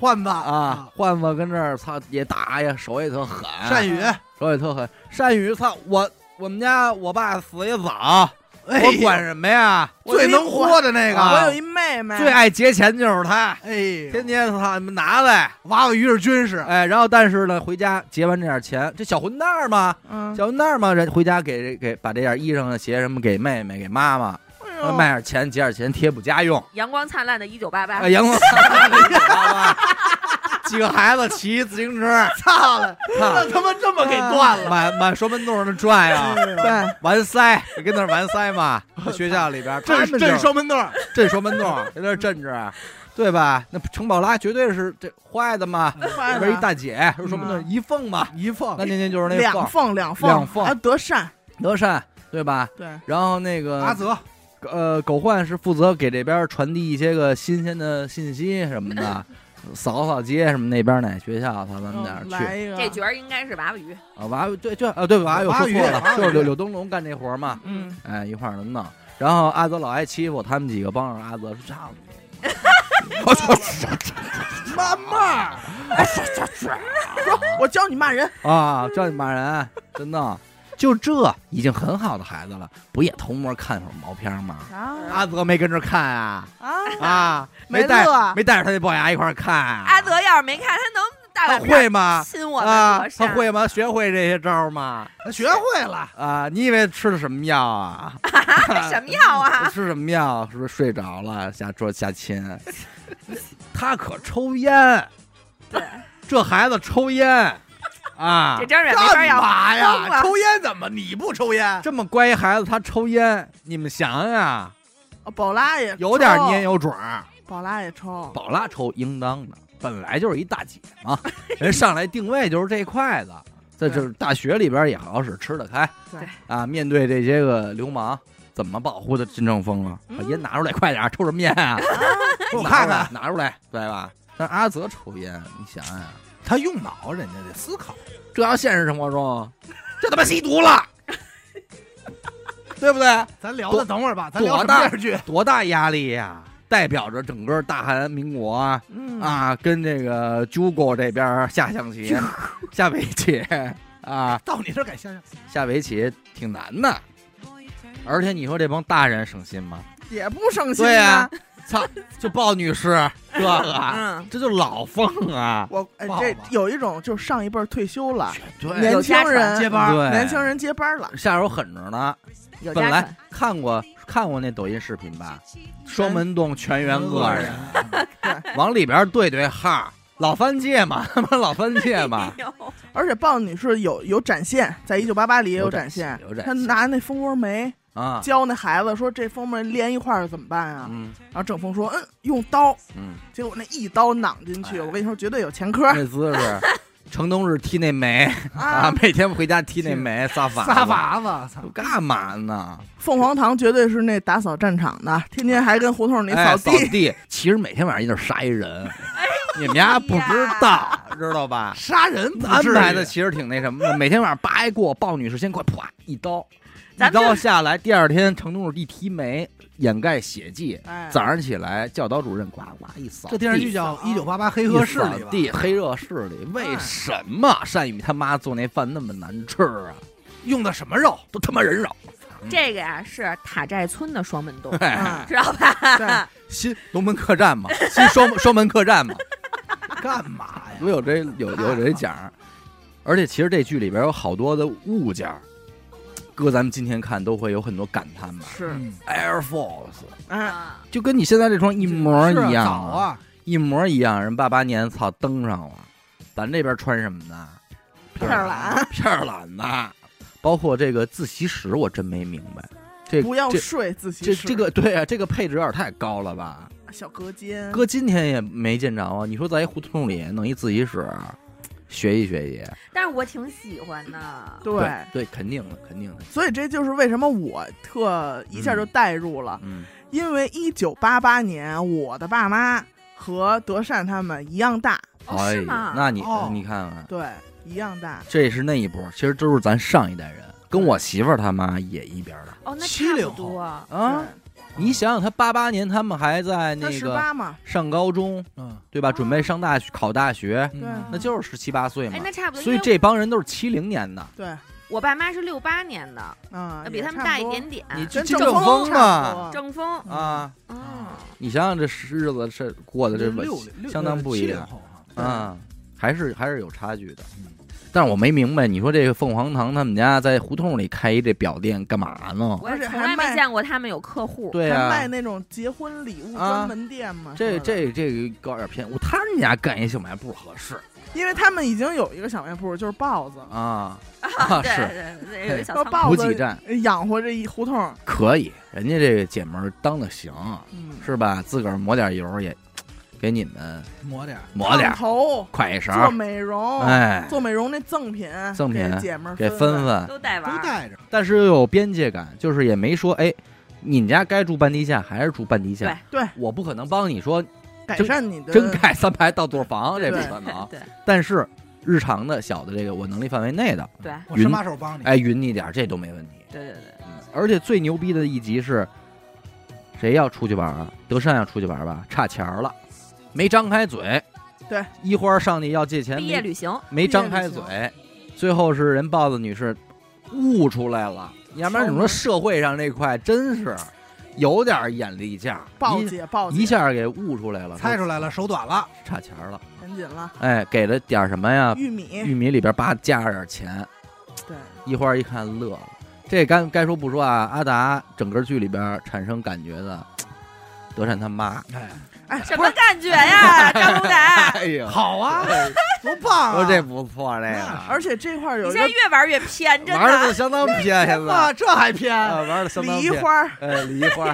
焕子
啊，，焕子跟这儿操也打呀，手也特狠，
善宇，
手也特狠。善宇操我我们家我爸死也早，
哎
我管什么呀？
我
最
有一
能活的那
啊
个，
我有一妹妹，
最爱节钱就是他，
哎呦，
天天操你们拿来。
娃娃鱼是啊军士，
哎，然后但是呢，回家结完这点钱，这小混蛋儿嘛，
嗯，
小混蛋儿嘛，人回家给给把这点衣裳啊、鞋什么给妹妹、给妈妈，
哎
哦
呦
卖点钱，结点钱贴补家用。
阳光灿烂的一九八
啊
八
哎，，阳光灿烂的一九八八， 几个孩子骑自行车，
操
操
了，那他妈这么给断了，啊
满满双门洞儿那转呀，
对，
完塞，跟那儿完塞嘛，学校里边儿他
这
们
这
就是
双门洞儿，
镇双门洞，跟那儿镇 着，啊对吧？那城堡拉绝对是这坏的嘛，
坏
里
了
边一大姐，说门洞
嗯
一凤嘛，
一凤
那年年就是那
两
凤
凤两凤
两凤
还有德善，
德善，对吧？
对，
然后那个
阿泽，
呃，狗焕是负责给这边传递一些个新鲜的信息什么的，扫扫街什么那边哪学校，他们哪儿去
哦来一个
这角儿应该是娃娃鱼，
啊？娃娃对对啊对娃娃又说错
娃
了，
娃鱼
就是柳柳东龙干这活儿嘛，
嗯，
哎，一块儿能弄。然后阿泽老挨欺负，他们几个帮着阿泽说：“操
妈妈，
啊我教你骂人，
你啊，叫你骂人，真的。”就这已经很好的孩子了，不也偷摸看会儿毛片吗？
啊
阿泽没跟着看啊
啊，
啊，
没
带
乐
没带着他那龅牙一块儿看啊？
阿泽要是没看，他能大
他
晚上
啊会吗？
亲我们
啊
多，
他
善？
会吗？学会这些招儿吗？
他学会了，
啊，你以为吃的什么药啊？
什么药啊？
吃什么药？是不是睡着了下桌 下亲？他可抽烟，
对，
这孩子抽 烟啊
这，真是也哎没法
干
要。
嘛
疯了
呀？抽烟怎么？你不抽烟？
这么乖一孩子他抽烟，你们想想，
哦宝拉也
有点
抽
蔫，有准儿。
宝拉也抽，
宝拉抽应当的，本来就是一大姐 嘛，人上来定位就是这块的，在这大学里边也好使，吃得开
对。
啊，面对这些个流氓，怎么保护的真正风啊？把
嗯
烟拿出来，快点儿，抽什么烟 啊？
给我 看看，
拿出来，对吧？但阿泽抽烟，你想啊想，
他用脑，人家得思考。
这要现实生活 中，这他妈吸毒了，对不对？
咱聊的
多
等会儿吧，咱
多
聊什么
大
电视剧？
多大压力呀、代表着整个大韩民国啊，
嗯，
啊跟这个 Jugo 这边儿下象 棋、下围棋 啊，
到你这儿改想想，
下围棋挺难的。而且你说这帮大人省心吗？
也不省心
对呀、
啊。
操，就鲍女士 这个，
嗯，
这就老凤啊，
我哎
不，好
这
吧
有一种就是上一辈儿退休了，
对
年
有
轻
家传
人
接班儿，
对
年轻人接班了，
下手狠着呢。
有
本
家
来
传，，
看过看过那抖音视频吧，双门洞全员恶人， 往里边对对号，老番界嘛， 他妈老番界嘛
哎呦
而且鲍女士有有展现，在一九八八里也
有
展
现，有展
她
现
拿那蜂窝煤
啊，
教那孩子说这蜂窝煤连一块儿怎么办啊？
嗯
然后郑峰说嗯用刀，
嗯，
结果那一刀攮进去，
哎
我跟你说绝对有前科
那姿势，城东日踢那煤啊
啊，！
每天回家踢那煤，撒法
仨
法，
娃子，操！
干嘛呢？
凤凰堂绝对是那打扫战场的，天天还跟胡同里
哎
扫
扫
地。
地，其实每天晚上也得杀一人，
哎
你们家不知 道，知道吧？
杀人不
安
至于啊
排的其实挺那什么的，每天晚上叭一过，鲍女士先快啪一刀，
咱
一
们这
刀下来，第二天城东市一提煤掩盖血迹，
哎
早上起来教导主任呱呱一扫地，
这电视剧叫《一九八八黑
一
恶势
扫
力》吧？哎
地黑热势力，为什么单宇他妈做那饭那么难吃啊？
用的什么肉？
都他妈人肉，
这个呀是塔寨村的双 门洞，
哎
知道吧？
对，
新龙门客 栈嘛，新双双门客栈嘛，
干 嘛呀
不？有这有有这讲
啊
儿，而且其实这剧里边有好多的物件儿，搁咱们今天看都会有很多感叹吧。
是，
嗯
Air Force
哎，
啊
就跟你现在这双一模一
是
样
啊，早，啊！
一模一样。人八八年操登上了，咱这边穿什么呢？
片儿懒，
片儿懒的，包括这个自习室，我真没明白，这
不要
这
睡自习
这
室，啊
这个对啊，这个配置有点太高了吧？
小隔间，
搁今天也没见着啊。你说在一胡同里弄一自习室，学习学习，
但是我挺喜欢的。
对，
对，肯定的，肯定的，
所以这就是为什么我特一下就代入了，
嗯
因为一九八八年我的爸妈和德善他们一样大，
哦，是
呀
吗？
哎那你、
哦
你看看，
对，一样大。
这是那一波，其实都是咱上一代人，跟我媳妇儿他妈也一边的
哦，那
70
差不
后
多。
啊。你想想，他八八年他们还在
对，他
那
十
个
八嘛，
上高中，
嗯，
对吧？
哦
准备上大学考大学，
对
嗯
那就是十七八岁嘛
哎，。那差不多。
所以
因为
这帮人都是七零年的，
对，
我爸妈是六八年的，
嗯，
比
也
他们
差
大
不
一
多
点，点。
你这
跟
金
郑
正
峰
峰
差不
啊
多
正风，
啊！
嗯，
你想想这日子是过的这
六
相当不一样。
对
啊，还是还是有差距的
嗯。
但是我没明白，你说这个凤凰堂他们家在胡同里开一这表店干嘛呢？
我
而
也
且
从
还
来
卖
没见过他们有客户。
对
还
啊，
卖那种结婚礼物专门店嘛。
这
是吧，
这这个搞点偏，我他们家干一小卖部合适
因为他们已经有一个小卖部，就是豹子，
啊啊
对
是
对对，有一小
说
仓
豹
补给
子呃
站
养活这一胡同，
可以，人家这个姐们儿当的行，
嗯，
是吧？自个儿抹点油也给你们
抹点儿
抹点
烫
儿，
头，
快一勺
做
儿，
美容，
哎，
做美容那赠品，
赠品
给姐们儿
给
分
分
分，
分，
都带
都
玩儿。
带着，
但是又有边界感，就是也没说哎，你们家该住半地下还是住半地下？
对对
我不可能帮你说
改
真
善你的
真盖三排到座房，这
呃对
不
对
可能。
对
但是日常的小的这个我能力范围内的，
对
嗯我手把手帮
嗯
你。
哎，匀你点儿这都没问题。
对对对，
而且最牛逼的一集是，谁要出去玩啊？德善要出去玩吧，差钱儿了，没张开嘴。
对，
一花上去要借钱，
毕业
没
旅行
没张
毕业
开
旅行
嘴，最后是人豹子女士悟出来了，要不然你说社会上这块真是有点眼力见儿，
豹
一
姐豹姐
一下给悟出来了，
猜出来了，手短了，
说差钱儿了，
赶紧了，
哎，给了点儿什么呀？
玉米，
啊玉米里边叭加了点钱，
对，
一花一看乐了。这该该说不说啊，阿达整个剧里边产生感觉的，德善他 妈，
哎，
哎，
什
不
么
是
感觉呀？张龙仔，
哎呦，
好啊，多棒
说
啊！
这不错，这个
那是
啊而且这块儿
你
有一
现在
个
越玩越偏，真
玩的
的。
相当偏， 现在
哇，
啊
这还偏，
玩的相当
梨
偏，
花儿，
哎，梨花，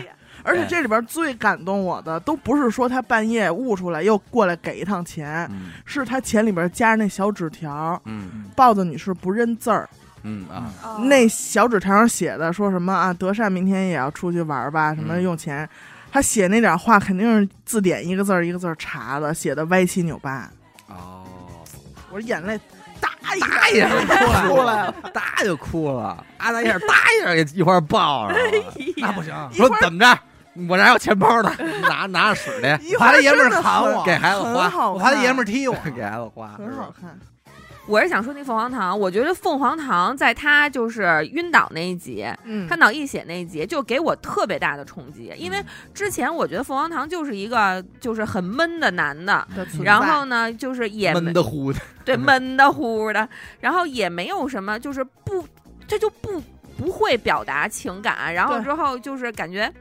而
哎
且这里边最感动我的，都不是说他半夜悟出来又过来给一趟钱，
嗯
是他钱里边夹着那小纸条儿，
嗯
豹子女士不认字儿，
嗯啊，
哦
那小纸条上写的说什么啊？德善明天也要出去玩吧？什么
嗯
用钱？他写那点话肯定是字典一个字儿一个字儿查的，写的歪七扭八。
哦，
我眼泪哒一下
哒一下就哭了，
出来 了，
哒就哭了，啊哒一下，哒一下给一块儿抱上
哎
了。
那不行，
说怎么着？我这还有钱包呢，拿拿着使去，
一
我怕
会
这爷们
真
儿
的
砍
很
我
给孩子
很
花，
好看，
我怕这爷们 儿踢我。
给孩子花，
很好看。
我是想说那凤凰堂，我觉得凤凰堂在他就是晕倒那一集，
嗯，
他脑溢血那一集，就给我特别大的冲击，因为之前我觉得凤凰堂就是一个就是很闷的男的，
的存在
然后呢就是也没
闷的乎的，
嗯
对闷的乎的，然后也没有什么就是不这就不不会表达情感，然后
对
之后就是感觉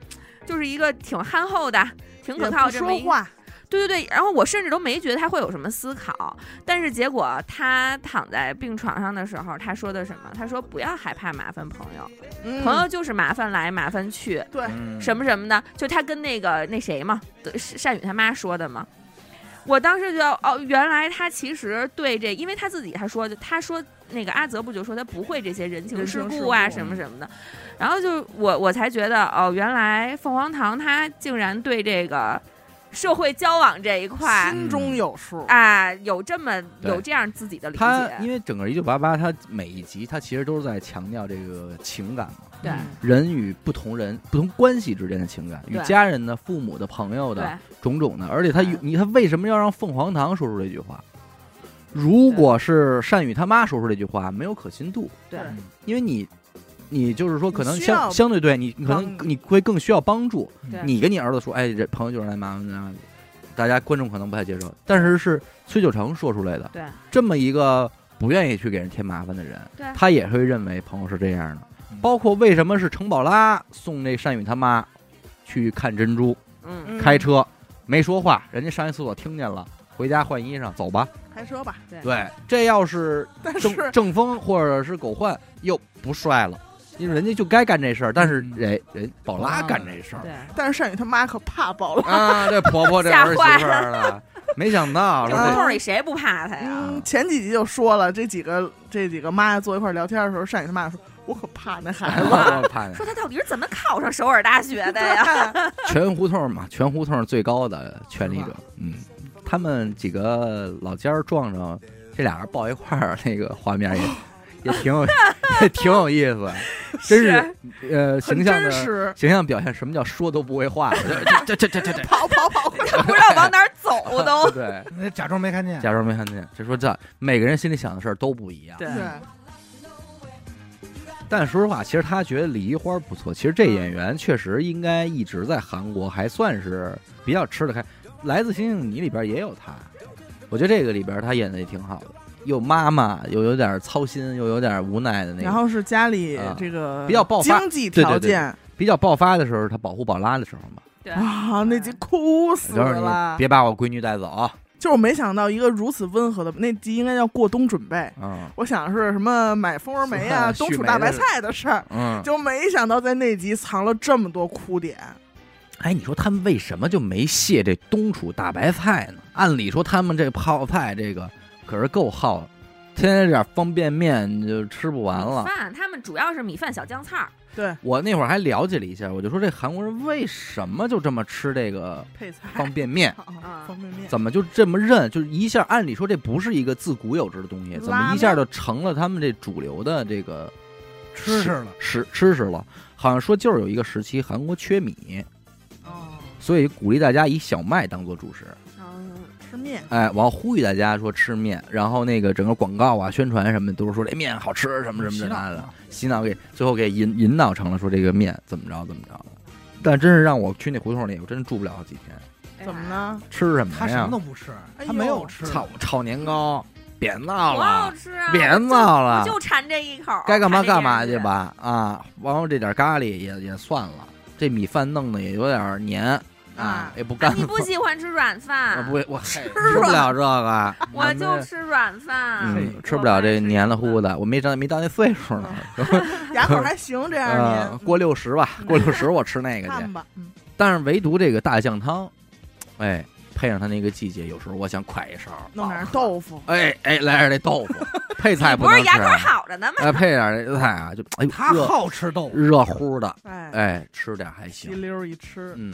就是一个挺憨厚的。挺
也
可靠，
不
这么
说
一个
话，
对对对，然后我甚至都没觉得他会有什么思考，但是结果他躺在病床上的时候，他说的什么？他说不要害怕麻烦朋友，朋友
嗯，
就是麻烦来麻烦去，
对
嗯
哎什么什么的，就他跟那个那谁嘛，对是单宇他妈说的嘛。我当时就哦，原来他其实对这，因为他自己还说，他说那个阿泽不就说他不会这些人情
人
世
情世
故啊
故
什么什么
嗯
的，然后就我我才觉得哦，原来凤凰堂他竟然对这个社会交往这一块
心中有数。
啊有这么
对
有这样自己的理
他
解，啊
因为整个《一九八八》，他每一集他其实都是在强调这个情感嘛，
对
嗯
人与不同人、不同关系之间的情感，与
对
家人的、父母的、朋友
对
的种种的。而且他
嗯
你他为什么要让凤凰堂说出这句话？如果是善宇他妈说出这句话，没有可信度，
对
嗯
对
因为你，你就是说可能
你需
相
要
相对对你，你可能
帮助
你会更需要帮助。
对
你跟你儿子说，哎，这朋友就是来麻烦咱，大家观众可能不太接受，但是是崔九成说出来的，
对
这么一个不愿意去给人添麻烦的人，
对
他也会认为朋友是这样的
嗯。
包括为什么是程宝拉送那单宇他妈去看珍珠，
嗯
嗯
开车没说话，人家上一厕所听见了，回家换衣裳走吧。
开车吧，
对，这要是
但是
正正风或者是狗焕又不帅了，因为人家就该干这事儿，但是
嗯
人人宝拉干这事儿
对
但是单宇他妈可怕爆了。
啊，这婆婆这
吓
儿媳
坏
妇儿了，没 想到
这
说
啊
胡
这
同里谁不怕他哎呀？
嗯，前几集就说了，这几个这几个妈坐一块儿聊天的时候，单宇他妈说：“我可怕那孩子。
我怕你
说他到底是怎么考上首尔大学的呀？
对
全胡同嘛，全胡同最高的权力者，嗯，他们几个老尖儿撞上，这俩人抱一块儿，那个画面也也挺有也挺有意思，真
啊
是呃
很
形象
真
的
实，
形象表现，什么叫说都不会话了，
这这这这这，
跑 跑跑，
他不知道往哪儿走
对
都。
对，
那假装没看 见。
假装没看见，这说这每个人心里想的事儿都不一样，
对
对，
但说实话，其实他觉得李一花不错。其实这演员确实应该一直在韩国还算是比较吃得开，《来自星星你》里边也有他，我觉得这个里边他演的也挺好的，又妈妈又有点操心，又有点无奈的那
然
个。
后是家里
啊
这个
比较爆发
经济
对对
条
对
件
比较爆发的时候，他保护宝拉的时候嘛，
对
啊，那集哭死
就是你
了。
别把我闺女带走啊。
就是我没想到一个如此温和的那集，应该叫过冬准备。
嗯
我想是什么买蜂窝煤 啊、
是吧
冬储大白菜的事儿，
嗯，
就没想到在那集藏了这么多哭点。
哎，你说他们为什么就没卸这冬储大白菜呢？按理说他们这泡菜这个可是够耗的，天天这点方便面就吃不完了
米。饭，他们主要是米饭小酱菜儿，
对，
我那会儿还了解了一下，我就说这韩国人为什么就这么吃这个
配菜
方便面？
啊方便面，
怎么就这么认？就是一下，按理说这不是一个自古有之的东西，怎么一下
拉面
就成了他们这主流的这个
吃吃了，
食吃食了？好像说就是有一个时期韩国缺米，
哦，
所以鼓励大家以小麦当做主食。
吃面
哎，我要呼吁大家说吃面，然后那个整个广告啊、宣传什么的都是说这面好吃什么什么这那的，洗脑给最后给引引导成了说这个面怎么着怎么着的。但真是让我去那胡同里，我真住不了几天。
怎么？ 了？
吃什
他
么
什么
呀
都？不吃，
哎
他没
呦
有吃。
炒炒年糕，别闹
多好
了，
吃啊！
别
我就
闹了
我就馋这一口，
该干嘛
馋这
干嘛
点
去。吧啊！完后这点咖喱也也算了，这米饭弄得也有点黏啊
啊，
也不
啊
干。
你不喜欢吃软
我
饭
不，会，我吃不了这个，
我就吃软饭，
嗯
我
吃不了这
爱吃
黏了
软
糊
嗯
的，我没长没到那岁数 呢。
牙口还行，这样
呃
年，
过六十吧，
嗯
过六十我吃那个去
看。吧，嗯，
但是唯独这个大酱汤，哎，配上它那个季节，有时候我想快一勺，
弄点
好喝
豆腐，
哎哎，来点这豆腐，配菜
你不
能
是
吃
牙口
啊，
好着呢吗？
哎，配点儿菜啊，就哎呦
他
热
好吃豆腐，
热乎的，
哎，
哎，吃点还
吸
行，
溜儿一吃。
嗯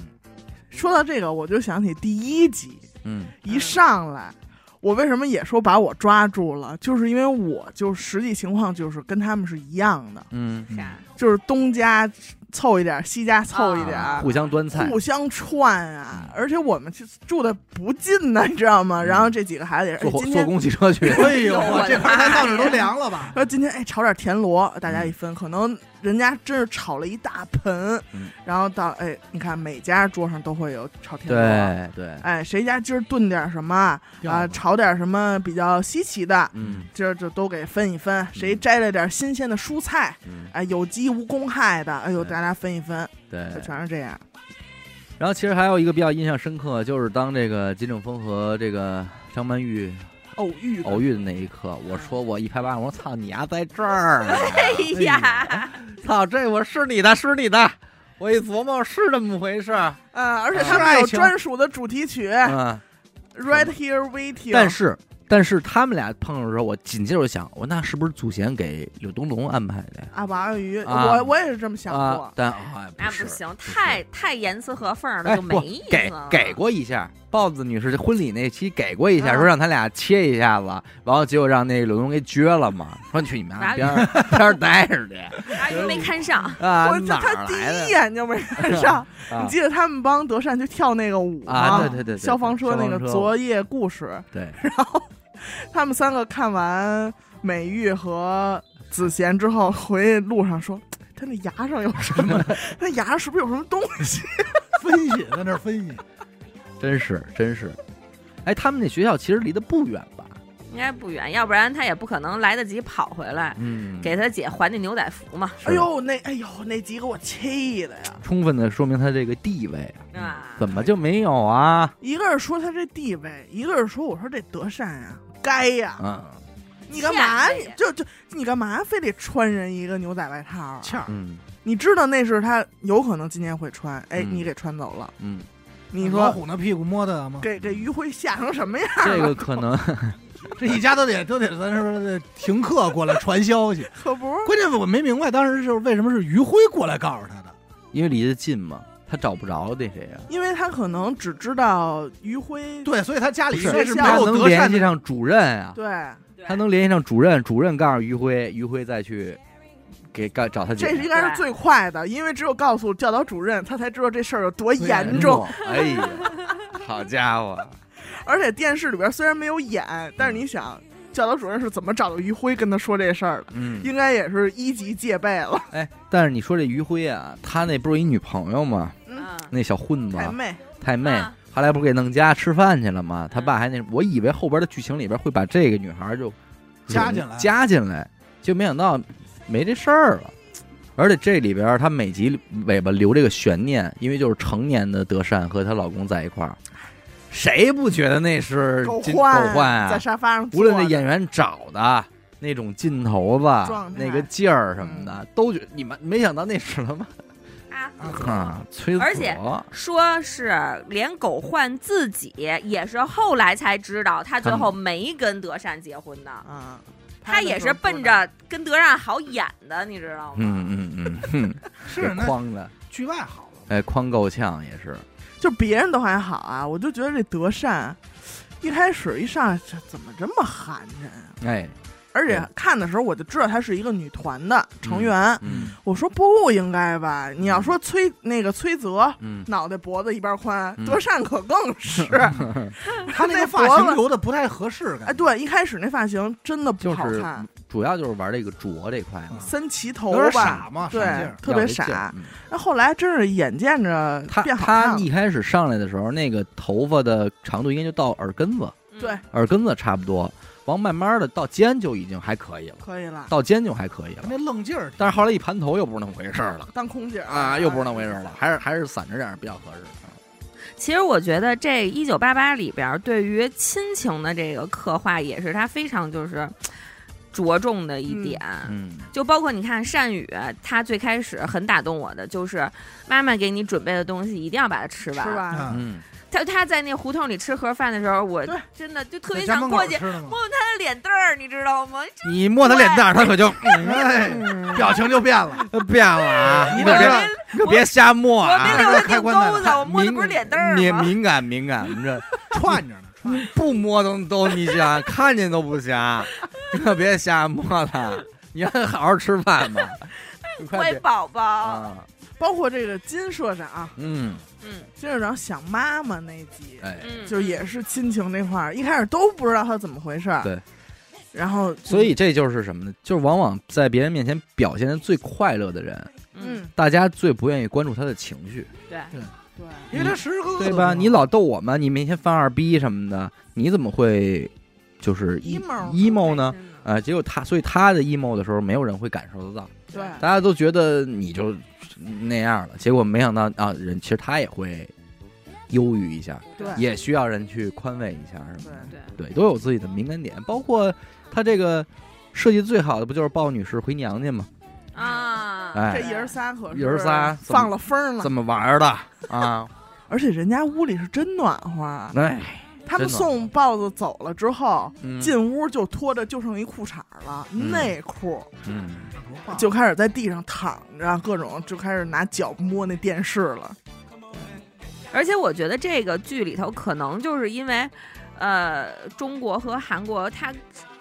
说到这个，我就想起第一集
嗯
一上来。我为什么也说把我抓住了？就是因为我就实际情况就是跟他们是一样的，
嗯，嗯
啥？
就是东家凑一点儿，西家凑一点儿，
啊互相端菜
互，相串啊
嗯！
而且我们就是住的不近呢，你知道吗？
嗯
然后这几个孩子也
坐
是，哎，
火
今
坐
天
公汽车去，
哎呦，
我的
这盘
妈
菜
呀
到这都凉了吧？
说今天哎炒点田螺，大
嗯
家一分，可能人家真是炒了一大盆
嗯，
然后到哎，你看每家桌上都会有炒田螺。
对对，
哎，谁家今儿炖点什么啊、
掉了
炒点什么比较稀奇的，
嗯
今儿就都给分一分。谁摘了点新鲜的蔬菜，
嗯
哎，有机无公害的，哎呦，
对
大家分一分，
对，
就全是这样。
然后其实还有一个比较印象深刻，就是当这个金正峰和这个张曼玉
啊
偶遇的
偶遇的那一刻，我说我一拍巴掌，我说操你丫在这儿 啊，
哎呀，
操这我是你的，是你的，我一琢磨是这么 回事儿，
啊，而且
是
他们
爱
有
情
专属的主题曲《
哎
哎
嗯，
Right Here Waiting》，
但是但是他们俩碰上的时候，我紧接着想，我那是不是祖贤给柳东龙安排的呀？
啊，王安宇，
啊
我我也是这么想
啊
过，，
但啊
那
是
哎不行，
是
太太严丝合缝
哎
了，就没
不
意思
给
了。
给过一下，豹子女士婚礼那期给过一下，
啊
说让他俩切一下子，完了结果让那个柳东龙给撅了嘛，说你去你们家
哪里
边儿边儿待着去
啊，又没看上，
啊，
我就
哪
他
儿
第
来
一
的
眼 就没看上。
啊
你记得他们帮德善去跳那个舞
啊？
吗
对？对对，对
消防车那个《昨夜故事
对》，
他们三个看完美玉和子贤之后，回路上说。哎他那牙上有什 么？他牙上是不是有什么东西？
分析在那儿分析，
啊真是真是，哎，他们那学校其实离得不远吧？
应该不远，要不然他也不可能来得及跑回来，
嗯，
给他姐还那牛仔服嘛，
是
哎呦，那哎呦，那集给我气的呀！
充分的说明他这个地位啊，
啊，
怎么就没有啊？
一个是说他这地位，一个是说我说这德善呀、该呀、
嗯
你干嘛？
骗
你
人家
就就你干嘛非得穿人一个牛仔外套啊？
欠儿
嗯
你知道那是他有可能今年会穿，哎，
嗯
你给穿走了。
嗯，
你
老
说
虎那屁股摸的吗？
给给于辉吓成什么样？
这个可能
这一家都得都得咱是不是得停课过来传消息？
可不 是
关键我没明白当时是为什么是于辉过来告诉他的。
因为离得近嘛，他找不着那谁呀。
因为他可能只知道于辉
对，所以他家里
不
应
是
该是没
他
有
能
德
联
善
系
的。
上主任啊，
对
他能联系上主任，主任告诉于辉，于辉再去给告找他姐。
这是应该是最快的，因为只有告诉教导主任，他才知道这事儿有多严重。，
哎呀，好家伙，
而且电视里边虽然没有演，但是你想，教导主任是怎么找到于辉跟他说这事儿的？
嗯，
应该也是一级戒备了。
哎，但是你说这于辉啊，他那不是一女朋友吗？
嗯？
那小混子
太妹，
太妹
啊，
后来不是给弄家吃饭去了吗？他
嗯
爸还那，我以为后边的剧情里边会把这个女孩就
加
融
进来
加进来，就没想到没这事儿了。而且这里边他每集尾巴留这个悬念，因为就是成年的德善和她老公在一块儿，谁不觉得那是
狗
金
焕
狗焕啊
在？沙发上
无
坐着，
论那演员找的那种劲头子
状、态嗯
那个劲儿什么的，都觉得你们没想到那是他妈
啊
啊崔子
而且
博
说是连狗焕自己也是后来才知道，他最后没跟德善结婚的，
啊，
他也是奔着跟德善好演的，你知道吗？
嗯嗯 嗯，
是
给
那
框的，
剧外好了，
哎，框够呛也是，
就别人都还好啊，我就觉得这德善一开始一上来这怎么这么寒碜啊？
哎，
而且
对
看的时候我就知道她是一个女团的成员，
嗯
我说不应该吧？你要说崔那个崔泽。
嗯，
脑袋脖子一边宽，
嗯
德善可更是。
他那个发
脖
型
子，
留的不太合适，
哎，
感觉
对，一开始那发型真的不
就
好
是
看，
主要就是玩这个拙这块嘛，
三旗头
有点
吧
傻，嘛，傻劲
对
儿，。
特别
要这劲
傻
儿。嗯
那后来真是眼见着
他
变好看
他
了
一开始上来的时候，那个头发的长度应该就到耳根子，
嗯
对，
耳根子差不多，完慢慢的到肩就已经还可以了，
可以了，
到肩就还可以了。
那愣劲儿，
但是后来一盘头又不是那么回事儿了
当空姐儿
啊，又不是那么回事儿了，。还是还是散着点儿比较合适。
其实我觉得这《一九八八》里边儿对于亲情的这个刻画，也是他非常就是着重的一
嗯
点。
嗯
就包括你看善宇，他最开始很打动我的就是妈妈给你准备的东西一定要把它吃
是吧？
嗯，
他他在那胡同里吃盒饭的时候，我
对
真的就特别
在家
想
门口
过去
吃的吗？
摸摸他的脸蛋儿，你知道吗？这
你摸他脸蛋儿，他可就
哎，
嗯
表情就变了。
变了啊！你
我
可
知
别
道
没
你可别瞎摸
我没留
啊！
那
他
是开
腚
棺材
钩
的
子，我摸的不是脸蛋儿
敏
吗？
敏感敏感，你这
串着呢，串着
不摸都都你想看见都不行，你可别瞎摸了，你让他好好吃饭吧。你快
乖
点
宝宝，
啊！
包括这个金社长，
嗯，
嗯
金社长想妈妈那集，
哎，
嗯，
就是也是亲情那块儿，一开始都不知道他怎么回事儿，
对，
然后就
所以这就是什么呢？就是往往在别人面前表现的最快乐的人，
嗯
嗯，
大家最不愿意关注他的情绪，
对，
对，
因为他时时刻刻都
对吧？
这样
你老逗我们，你每天犯二逼什么的，你怎么会就是一
emo
emo 呢？
真的
啊、结果他，所以他的 emo 的时候，没有人会感受得到，
对
大家都觉得你就那样了。结果没想到啊，人其实他也会忧郁一下，
对
也需要人去宽慰一下什么的。
对
对，都有自己的敏感点，包括他这个设计最好的不就是抱女士回娘家吗？
啊，
哎
这爷儿仨可是
爷儿仨怎么
放了
嗯
风了
怎，么玩的 啊？
而且人家屋里是真暖和，啊
哎，
他们
真暖和
送豹子走了之后。
嗯
进屋就脱着就剩一裤衩了，
嗯
内裤
嗯，
就开始在地上躺着，各种就开始拿脚摸那电视了。
而且我觉得这个剧里头可能就是因为，呃，中国和韩国，它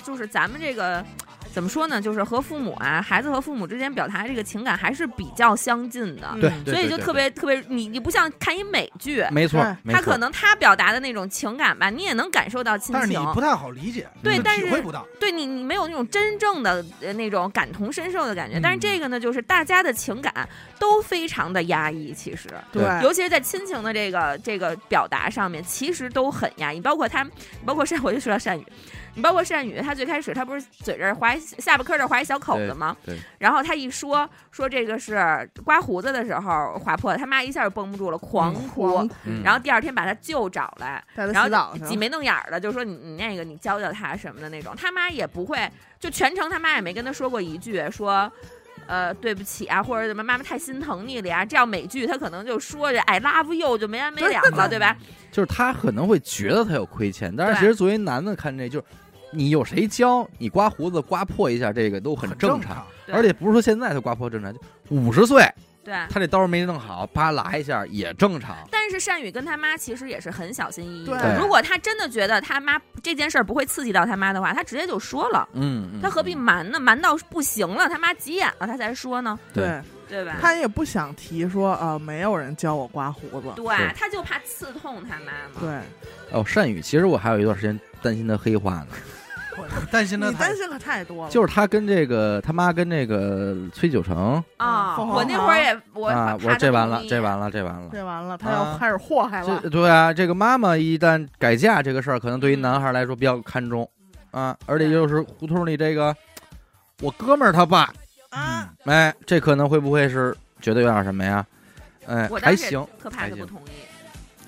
就是咱们这个怎么说呢，就是和父母啊，孩子和父母之间表达这个情感还是比较相近的，
对
嗯，
对
所以
对
就
对
特别特别，你你不像看一美剧，
没错
对，
没
他
错
可能他表达的那种情感吧，你也能感受到亲
但是你
情，
不太好理解，
对
就
但是
体会不到，
对你你没有那种真正的呃那种感同身受的感觉。但是
嗯
这个呢，就是大家的情感都非常的压抑，其实。
对
尤其是在亲情的这个这个表达上面，其实都很压抑。包括他，包括善，我就说到善宇，你包括善宇，他最开始他不是嘴这儿划一下巴颏儿这儿划一小口子吗？
对对
然后他一说说这个是刮胡子的时候划破，他妈一下就绷不住了，狂哭。
狂
嗯
然后第二天把他舅找来，
带他
然
洗澡
后
去
挤
了。
眉弄眼儿的，就说你你那个你教教他什么的那种，他妈也不会，就全程他妈也没跟他说过一句说。呃，对不起啊，或者什么，妈妈太心疼你了呀。这样美剧他可能就说着 “I love you” 就没完没了啊了，对吧？
就是他可能会觉得他有亏欠，但是
对
其实作为男的看这就是，你有谁教你刮胡子刮破一下这个都很
很
正常，
常。
对
而且不是说现在他刮破正常，就五十岁
对。
他这刀没弄好，啪拉一下也正常。
但是善宇跟他妈其实也是很小心翼翼的。
对
如果他真的觉得他妈这件事儿不会刺激到他妈的话，他直接就说了，
嗯，嗯
他何必
嗯
瞒呢？瞒到不行了，他妈急眼了，他才说呢，
对
对
对
吧？
他也不想提说啊、呃没有人教我刮胡子。
对，他就怕刺痛他妈嘛。
对，
哦，善宇，其实我还有一段时间担心他黑化呢，
担心他
你
太
担心可太多了。
就是他跟这个他妈跟这个崔九成
啊、
嗯凤凰
我那会儿也我
啊，
怕
我说这完了，这
了，
完了，这完了。
这完了，他
啊
要开始祸害了。
这对啊，这个妈妈一旦改嫁这个事儿，可能
嗯
对于男孩来说比较看重啊，而且就是胡同里这个我哥们儿他爸，
嗯
啊，
哎，这可能会不会是觉得有点什么呀？哎，
我
还
当时也
行，
特怕
还
他
行
不同意。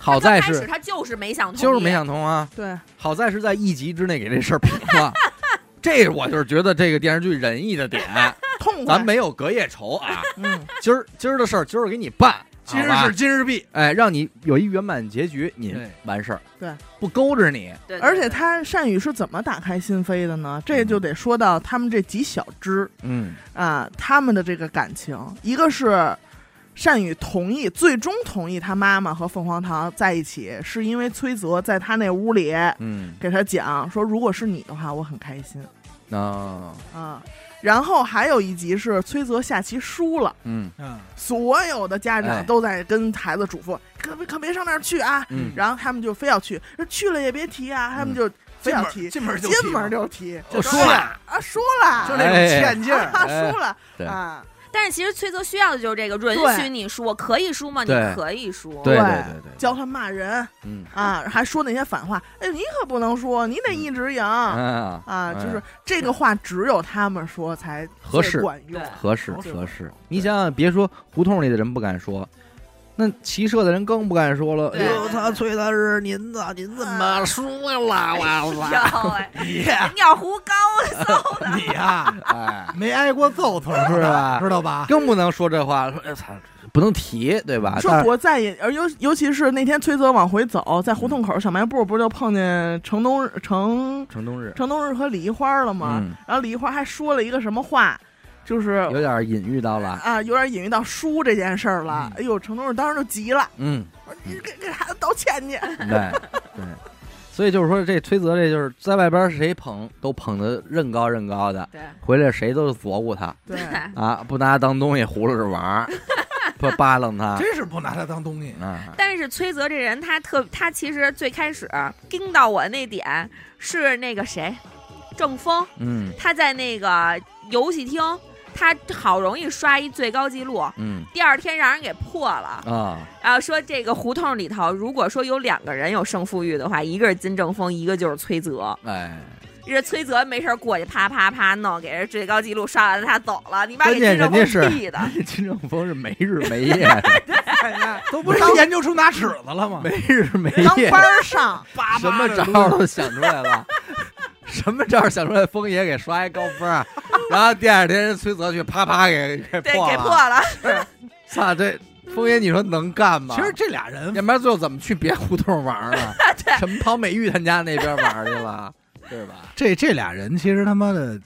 好
他
在
刚开始
是
他就是没想同意，
就是没想通啊，
对，
好在是在一集之内给这事儿平了。这我就是觉得这个电视剧仁义的点，
痛快。
咱没有隔夜仇啊，
嗯，
今儿今儿的事儿今儿给你办，
今日
好
事
吧
今日毕，
哎，让你有一圆满结局，你
对
完事儿，
对，
不勾着你，
对，对嗯
而且
对
他善宇是怎么打开心扉的呢？这就得说到他们这几小支
嗯
啊，他们的这个感情，一个是。善宇同意，最终同意他妈妈和凤凰堂在一起，是因为崔泽在他那屋里
嗯，
给他讲说，如果是你的话，我很开心
啊，
啊。然后还有一集是崔泽下棋输了，
嗯
嗯，
所有的家
哎
长都在跟孩子嘱咐，可别可别上那儿去啊。
嗯，
然后他们就非要去，说去了也别提啊，他们就非
进
要
门
提，
进门就
进门
就
就提，
我
就
哦说
是
了，
啊，输了，
就
那
那种
哎
欠劲 儿，
啊，
哎
输了
对
啊，
但是其实崔泽需要的就是这个，允许
对
你输，我可以输吗？你
对
可以输，
对对对，
教他骂人
嗯
啊，还说那些反话，哎，你可不能说，你得一直赢啊，
啊
就是这个话只有他们说才
合适
最管用
对，
合适
对
合适。你想想，别说胡同里的人不敢说，那骑射的人更不敢说了。
对
哎呦他崔大师，您咋您怎么输了？我
哎
操！
呦喂，
你
尿壶高啊嗖的，
你呀，
哎，
没挨过揍头
是吧
知道吧？
更不能说这话。说哎操，不能提，对吧？
说
但是
多在意，而尤尤其是那天崔泽往回走，在胡同口小卖部不是就碰见城东城
城东日，
城东日和李一花了吗？
嗯，
然后李一花还说了一个什么话，就是
有点隐喻到 了，
啊，有点隐喻到输这件事儿了。哎呦，程东日当时就急了，
嗯，
我说你给给孩子道歉去。
对对，所以就是说这崔泽这就是在外边谁捧都捧得认高认高的，
对
回来谁都琢磨他
对，
啊，不拿他当东西糊弄着玩 儿，不扒楞他
真是不拿他当东 西。
啊，
但是崔泽这人，他特他其实最开始盯到我那点是那个谁，郑峰，
嗯
他在那个游戏厅，他好容易刷一最高纪录，
嗯
第二天让人给破了。
啊，
然后说这个胡同里头，如果说有两个人有胜负欲的话，一个是金正峰，一个就是崔泽。
哎，
这崔泽没事儿过去啪啪啪弄，给人最高纪录刷完了，他走了。你妈给
关
金正
键人家
峰
是
气 的，
金正峰是没日没夜的，
都不是研究出拿尺子了吗
没？日没
当
夜
班，儿上，
叭
什么
叭
招
的
儿都想出来了。什么招儿想出来，峰爷给刷一高分儿，然后第二天人崔泽去啪啪给给
对，
破
给破
了。
了。
操，这峰爷你说能干吗？
其实这俩人
要不然最后怎么去别胡同玩儿了？什么跑美玉他家那边玩儿去了，对吧？
这这俩人其实他妈的，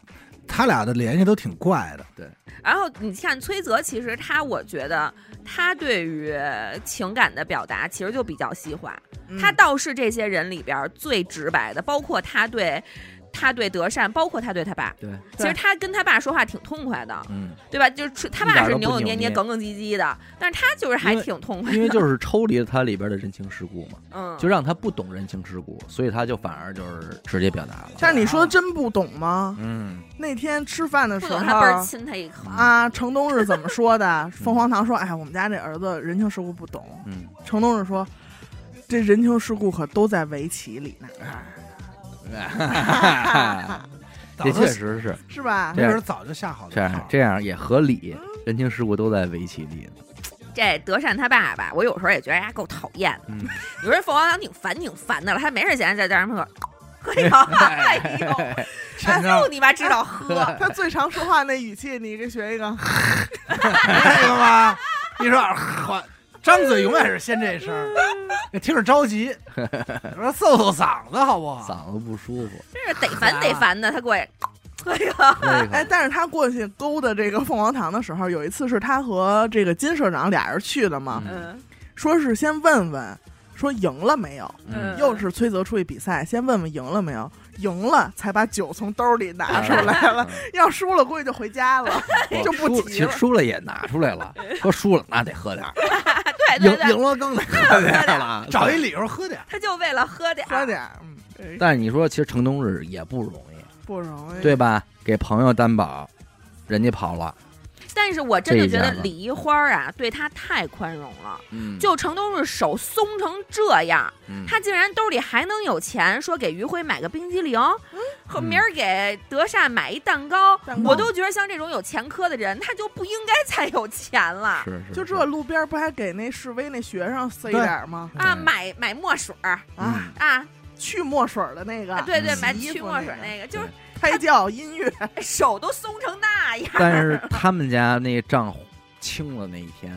他俩的联系都挺怪的。
然后你看崔泽，其实他我觉得他对于情感的表达其实就比较西化，
嗯
他
到
倒是这些人里边最直白的，包括他对。他对德善，包括他对他爸，
对，
其实他跟他爸说话挺痛快的，
嗯，
对吧？就是出他
一点
爸
儿
是
都不
扭扭
扭
捏捏、
捏
耿耿唧唧的，但是他就是还
因为
挺痛快的，
因为就是抽离了它里边的人情世故嘛，
嗯，
就让他不懂人情世故，所以他就反而就是直接表达了。
但是你说真不懂吗？
嗯，
那天吃饭的
不
时
懂他倍儿
候。
亲他一口，
啊，程东日怎么说的？凤凰堂说：“哎，我们家这儿子人情世故不懂。
嗯”
程东日说：“这人情世故可都在围棋里呢，
嗯，这确实是
是 吧
这
那人早就下好
这
的
样
套，
这样也合理，人情世故都在围棋里呢。
这德善他爸爸，我有时候也觉得他够讨厌的。
嗯
有人凤凰堂挺烦，挺烦的了，他没事闲着在家门口喝一口， 哎 呦，
前天
就你妈知道喝，
他最常说话那语气，你给学一个。
那个 吧，哎一说话张嘴永远是先这声儿， 听着着急，说揍揍嗓子好不好？
嗓子不舒服，
真是得烦得烦的。他过去喝一口，
喝一口
哎，但是他过去勾搭这个凤凰堂的时候，有一次是他和这个金社长俩人去的嘛，
嗯
说是先问问，说赢了没有，
嗯
又是崔泽出去比赛，先问问赢了没有，赢了才把酒从兜里拿出来了，要输了估计就回家了，
嗯
嗯 就不
输
急
其实
了
输了也拿出来了，说输了那得喝点儿，
哎对
赢
对对，
赢了更得喝点儿了，
找一理由喝点儿。
他就为了喝点
喝
儿，
点儿，嗯，
但是你说，其实城东日也不容易，
不容易。
对吧？给朋友担保，人家跑了，
但是我真的觉
这一
得
家子
李一花儿啊，对他太宽容了。
嗯
就城东日手松成这样，
嗯
他竟然兜里还能有钱，说给于辉买个冰激凌，和
嗯
明儿给德善买一蛋糕。
蛋糕
我都觉得像这种有前科的人，他就不应该再有钱了
是是，
就是这路边不还给那示威那学生塞点儿吗？
啊！买买墨水儿
啊，
啊，
去墨水儿的那个，
对对，
嗯
买
啊洗衣
去
服
墨
那
水
个
那个，就是哎
胎教音乐，
手都松成那样。
但是他们家那账清了那一天，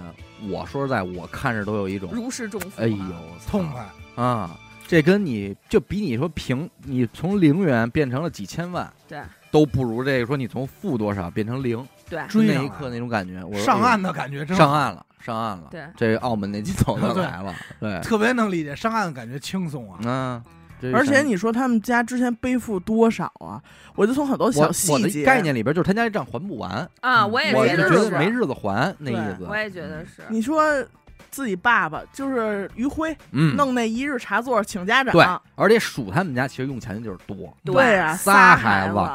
我说实在，我看着都有一种，
如释重负啊。
哎呦，操
痛快，
啊！这跟你就比你说平，你从零元变成了几千万，
对
都不如这个说你从负多少变成零，
对
追
那
上
一
来
刻
了
那种感觉，我说
上，
哎
岸的感觉
呦
真好
上，岸了，上岸了，
对啊
这澳门那金头子
对
来了，对，
特别能理解，上岸的感觉轻松啊。
嗯，这
而且
像
你说他们家之前背负多少啊？我就从很多
我
小
我
细
的
节
概念里边就是他家这账还不完，
啊，
嗯
我也
我
觉
是
得
觉得
是，
没日子嗯还那
对
意思。
我也觉得是。
你说自己爸爸就是于辉
嗯，
弄那一日茶座请家
对
长，，
而且数他们家其实用钱就是多，
对呀、
仨
仨
孩子
子。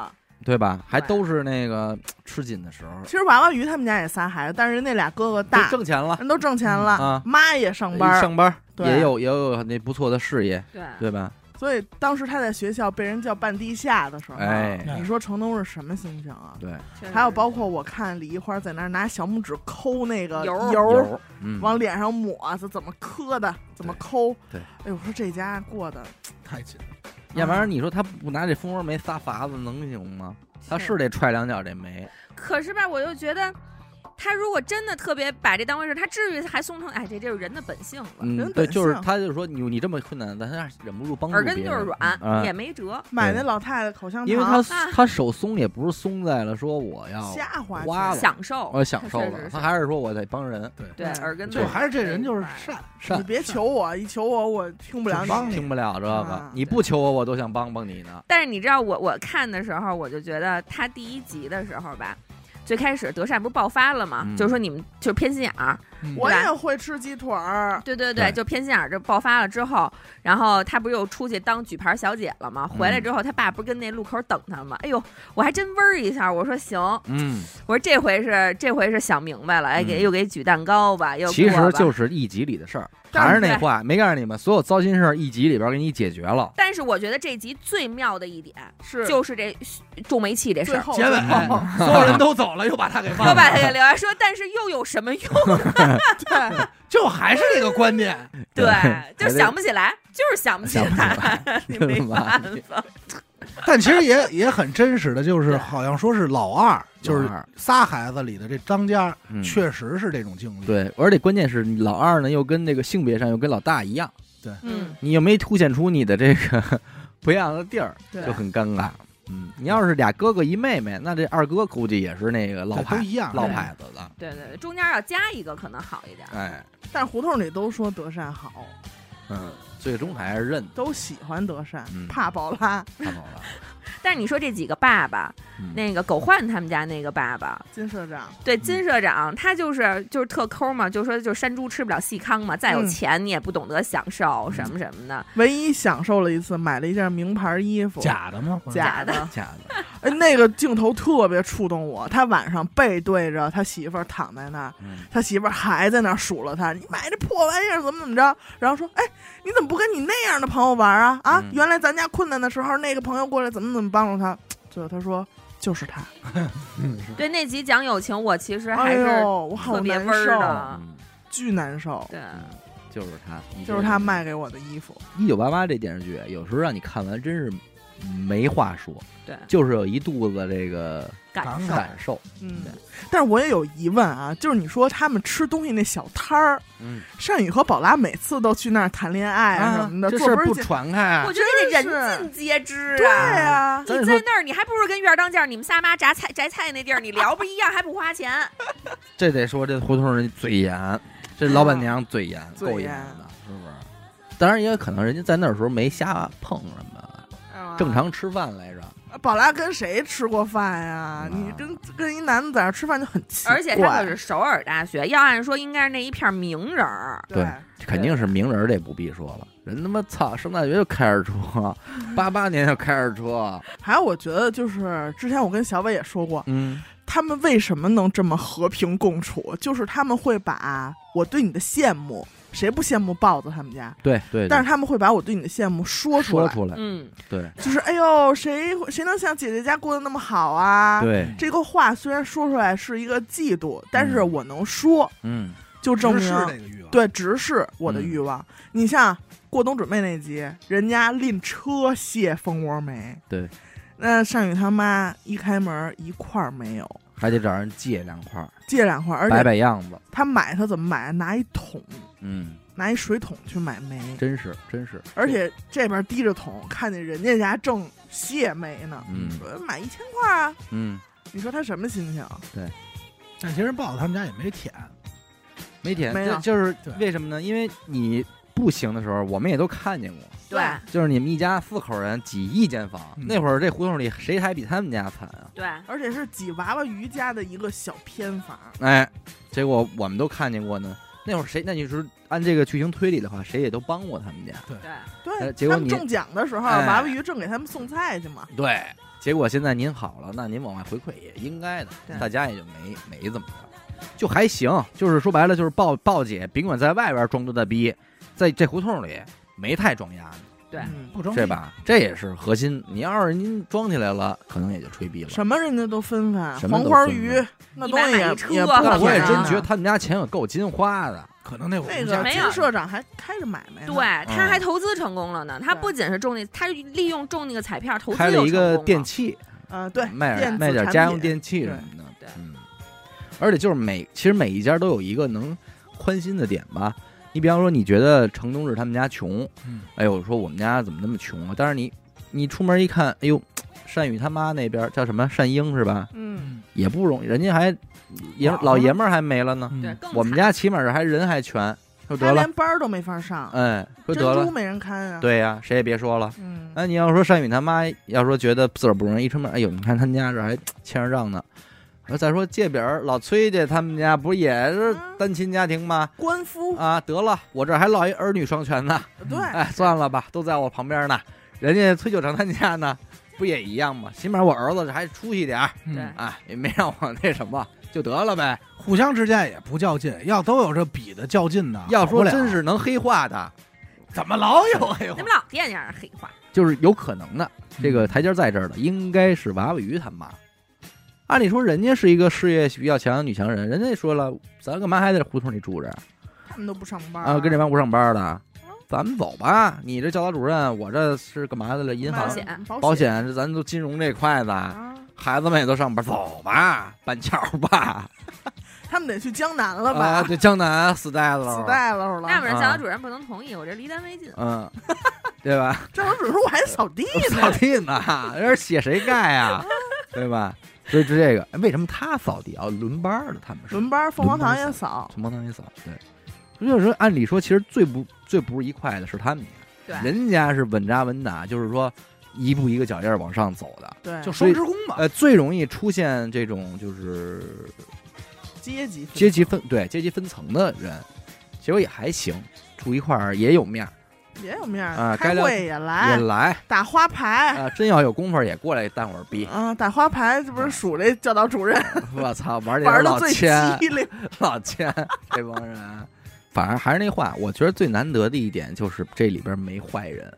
对吧？还
对
都是那个吃紧的时候，
其实娃娃鱼他们家也仨孩子，但是人那俩哥哥大
都，挣钱了，
人都挣钱了，
啊
妈也上班，
上班
对
也有也有那不错的事业，
对
对吧？
所以当时他在学校被人叫半地下的时候，
哎，
哎
你说程东是什么心情啊？
对，
确实
还有包括我看李一花在那儿拿小拇指抠那个
油
油儿
有，嗯，
往脸上抹，啊是怎么磕的，怎么抠？
对
哎呦，我说这家过的
太紧，
要不然你说他不拿这蜂窝煤撒法子能行吗？他
是
是得踹两脚这煤，
可是吧，我又觉得。他如果真的特别把这当回事，他至于还送成？哎，这就是人的本性了，
嗯，
人
对，
本
就是
性
他就是说你你这么困难，但他忍不住帮助
耳
别
根
人，
就是
啊
软，也没辙。
买
对
那老太太口香糖，
因为他
啊
他手松也不是松在了说我要
瞎花钱
花了
呃享受，
我享受
是
了，
是
他
是
还是说我得帮人，
对
对
耳根子
就还是这人就是善，
善
你别求我，一求我我听不了
就帮
你。
你
听不了这个
啊，
你不求我我都想帮帮你呢，
但是你知道我我看的时候，我就觉得他第一集的时候吧，最开始德善不是爆发了吗？
嗯
就是说你们就是偏心眼儿，
我也会吃鸡腿儿，
对对对，
对
就偏心眼儿就爆发了之后，然后他不是又出去当举牌小姐了吗？回来之后，他爸不是跟那路口等他吗？哎呦，我还真嗡儿一下，我说行，
嗯，
我说这回是这回是想明白了，哎，给
嗯
又给举蛋糕吧，又
其
过
实
吧
就是一集里的事儿，
但
还是
对
那话，没告诉你们，所有糟心事儿一集里边给你解决了，
但是我觉得这集最妙的一点
是
就是这重煤气这事
最
儿，
后
结尾
最后
所有人都走了，又把他给
又
忘
把他
了，
给留下，说但是又有什么用？
对，
就还是这个观念。
对
对，
就
还
想不起来，就是想 不起
想不起
来，你没办法。
但其实也也很真实的，就是好像说是老二，就是
老二
仨孩子里的这张家，
嗯
确实是这种经历。
对，而且关键是老二呢，又跟这个性别上又跟老大一样，
嗯，
你又没凸显出你的这个 不一样的地儿，
对
就很尴尬。嗯，你要是俩哥哥一妹妹，那这二哥估计也是那个老
对都
牌
一样，
老牌子的。
对对对，中间要加一个可能好一点。
哎，
但是胡同里都说德善好，
嗯，最终还是认
都喜欢德善
嗯，
怕宝拉、
看懂了。
但是你说这几个爸爸，
嗯
那个狗焕他们家那个爸爸，
金社长，
对金社长，他就是就是特抠嘛，就说就是山猪吃不了细糠嘛，再有
嗯
钱你也不懂得享受什么什么的。
唯一享受了一次买了一件名牌衣服，
假的吗？
假
假的，
假的，
哎，那个镜头特别触动我。他晚上背对着他媳妇儿躺在那儿，
嗯，
他媳妇儿还在那儿数落他：“你买这破玩意儿怎么怎么着？”然后说：“哎，你怎么不跟你那样的朋友玩啊？啊，
嗯
原来咱家困难的时候，那个朋友过来怎么怎么帮助他。”最后他说：“就是他。
对那集讲友情，我其”实还
哎
是
呦，我好
特别
难
温儿
受，
的。
嗯
巨难受。
对，
就是他，
就是他卖给我的衣服，
《一九八八》这电视剧，有时候让你看完真是没话说，
对
就是有一肚子这个
感
感
受
感受。
嗯
对，
但是我也有疑问啊，就是你说他们吃东西那小摊儿，
嗯，
善宇和宝拉每次都去那儿谈恋爱啊什么的，
这
坐
事
不
儿
是
不
见
传开啊
我！觉得这
真
人
是
尽皆知
对
啊。
呀、
咱
你
说
在那儿，你还不如跟院儿当家，你们仨妈炸菜摘菜那地儿，你聊不一样，还不花 钱。
这得说这胡同人嘴严，这老板娘嘴严，
啊嘴
够严
严
的，是不是？当然也有可能人家在那儿的时候没瞎碰什
啊
么，
哦
正常吃饭来着。
宝拉跟谁吃过饭呀、
嗯
你跟跟一男的在那儿吃饭就很奇怪，
而且他可是首尔大学，要按说应该是那一片名人儿。
对这肯定是名人儿，这不必说了。人他妈操，上大学就开着车，八八年就开着车，
还有我觉得就是之前我跟小伟也说过，
嗯，
他们为什么能这么和平共处，就是他们会把我对你的羡慕，谁不羡慕豹子他们家，
对对。
但是他们会把我对你的羡慕说出
说
来，
出来，
嗯，
对
就是哎呦，谁谁能像姐姐家过得那么好啊？
对，
这个话虽然说出来是一个嫉妒，但是
嗯
我能说，
嗯
就证
正
明
是这个欲望。
对，直视我的
嗯
欲望。你像过冬准备那集，人家拎车卸蜂窝煤，
对，
那善宇他妈一开门一块儿没有，
还得找人借两块儿，
借两块儿，而
摆
且
摆样子，
他买他怎么买？啊拿一桶，
嗯，
拿一水桶去买煤，
真是真是，
而且这边提着桶，看见人家家正卸煤呢，
嗯
说买一千块儿啊，
嗯，
你说他什么心情？
但其实豹子他们家也没舔，
没舔，
没
就
有
就是
对
为什么呢？因为你不行的时候，我们也都看见过，
对
就是你们一家四口人挤一间房，
嗯
那会儿这胡同里谁还比他们家惨啊？
对，
而且是挤娃娃鱼家的一个小偏房，
哎，结果我们都看见过呢。那会儿谁？那你说按这个剧情推理的话，谁也都帮过他们家。
对，
哎
对，
结果
他们
你
中奖的时候，
哎
娃娃鱼正给他们送菜去嘛，
对，结果现在您好了，那您往外回馈也应该的
对，
大家也就没没怎么着，就还行。就是说白了，就是豹豹姐，甭管在外边装多大逼，在这胡同里没太装丫的，
对
嗯，
不装逼
这吧？这也是核心。你要是您装起来了，可能也就吹逼了。
什么人家都纷纷，
什么
黄
都
花
纷纷
鱼那
一
东
买
西
买
也
一车
也不
恨不
那
得
我也
便宜
真
啊
觉得他们家钱可够金花的。
可能那我
那
们家
个
没
金
有
社长还开着买卖呢，
对，
嗯
他还投资成功了呢。他不仅是中那，他利用中那个彩票投资
开
又
了一
成功
个
了
电器，
啊对，
卖
电
点
子
卖点
产
家用
品
电器什么的。
对
嗯，而且就是每其实每一家都有一个能宽心的点吧。你比方说，你觉得城东市他们家穷，
嗯
哎呦，说我们家怎么那么穷啊？但是你你出门一看，哎呦，善宇他妈那边叫什么善英是吧？
嗯，
也不容易，人家还爷
好啊
老爷们儿还没了呢。
对，
嗯
更
我们
惨
家起码是还人还全，说
他
得了，
连班儿都没法上，
哎，说
珍
得
珠
了，
没人看啊。，
对呀、哎谁也别说了。
嗯，
那你要说善宇他妈，要说觉得自个儿不容易，一出门，哎呦，你看他们家这还欠着账呢。而再说借饼儿，老崔家他们家不是也是单亲家庭吗？
官夫，
啊，得了，我这儿还落一儿女双全呢。
对，
哎，算了吧，都在我旁边呢。人家崔九成他们家呢，不也一样吗？起码我儿子这还出息点儿，
对
嗯，
哎，也没让我那什么，就得了呗。
互相之间也不较劲，要都有这比的较劲呢，
要
好不
说
了
真是能黑化的，
怎么老有黑
你
话
们老惦记着黑话，
就是有可能的。 这
嗯
个台阶在这儿的，应该是娃娃鱼他妈。按理说，人家是一个事业比较强的女强人，人家说了，咱干嘛还在这胡同里住
啊
着
他们都不上班
啊？跟这帮不上班的，咱们走吧。你这教导主任，我这是干嘛的了？银
保
行、
险、嗯保
保险，这咱都金融这块的，
啊，
孩子们也都上班，走吧，板桥 吧，
他们得去江南了
啊，
吧？
对，江南死带了，
死带了了，
要不然
啊
教导主任不能同意，我这离单位 近。啊
嗯，对吧？
这会儿只是我还扫 地呢，
扫地呢，这写谁盖啊？对吧？所以就这个，哎为什么他扫地啊？轮班儿的，他们是
轮班儿凤凰堂也扫，
从帮他也扫，对。所以就是说，按理说，其实最不最不是一块的是他们
对
家，人家是稳扎稳打，就是说一步一个脚印儿往上走的。
对，
就双职工嘛，
呃，最容易出现这种就是
阶级分
阶级分对阶级分层的人，结果也还行，住一块儿也有面儿，
也有面儿
啊该
开
聊
会也
也
来，
来
打花牌。
啊，真要有功夫儿也过来当会儿 逼。
啊，打花牌这不是数这教导主任
我操，玩这
玩的
老
最
千
激烈，
老千这帮人，反正还是那话，我觉得最难得的一点就是这里边没坏人。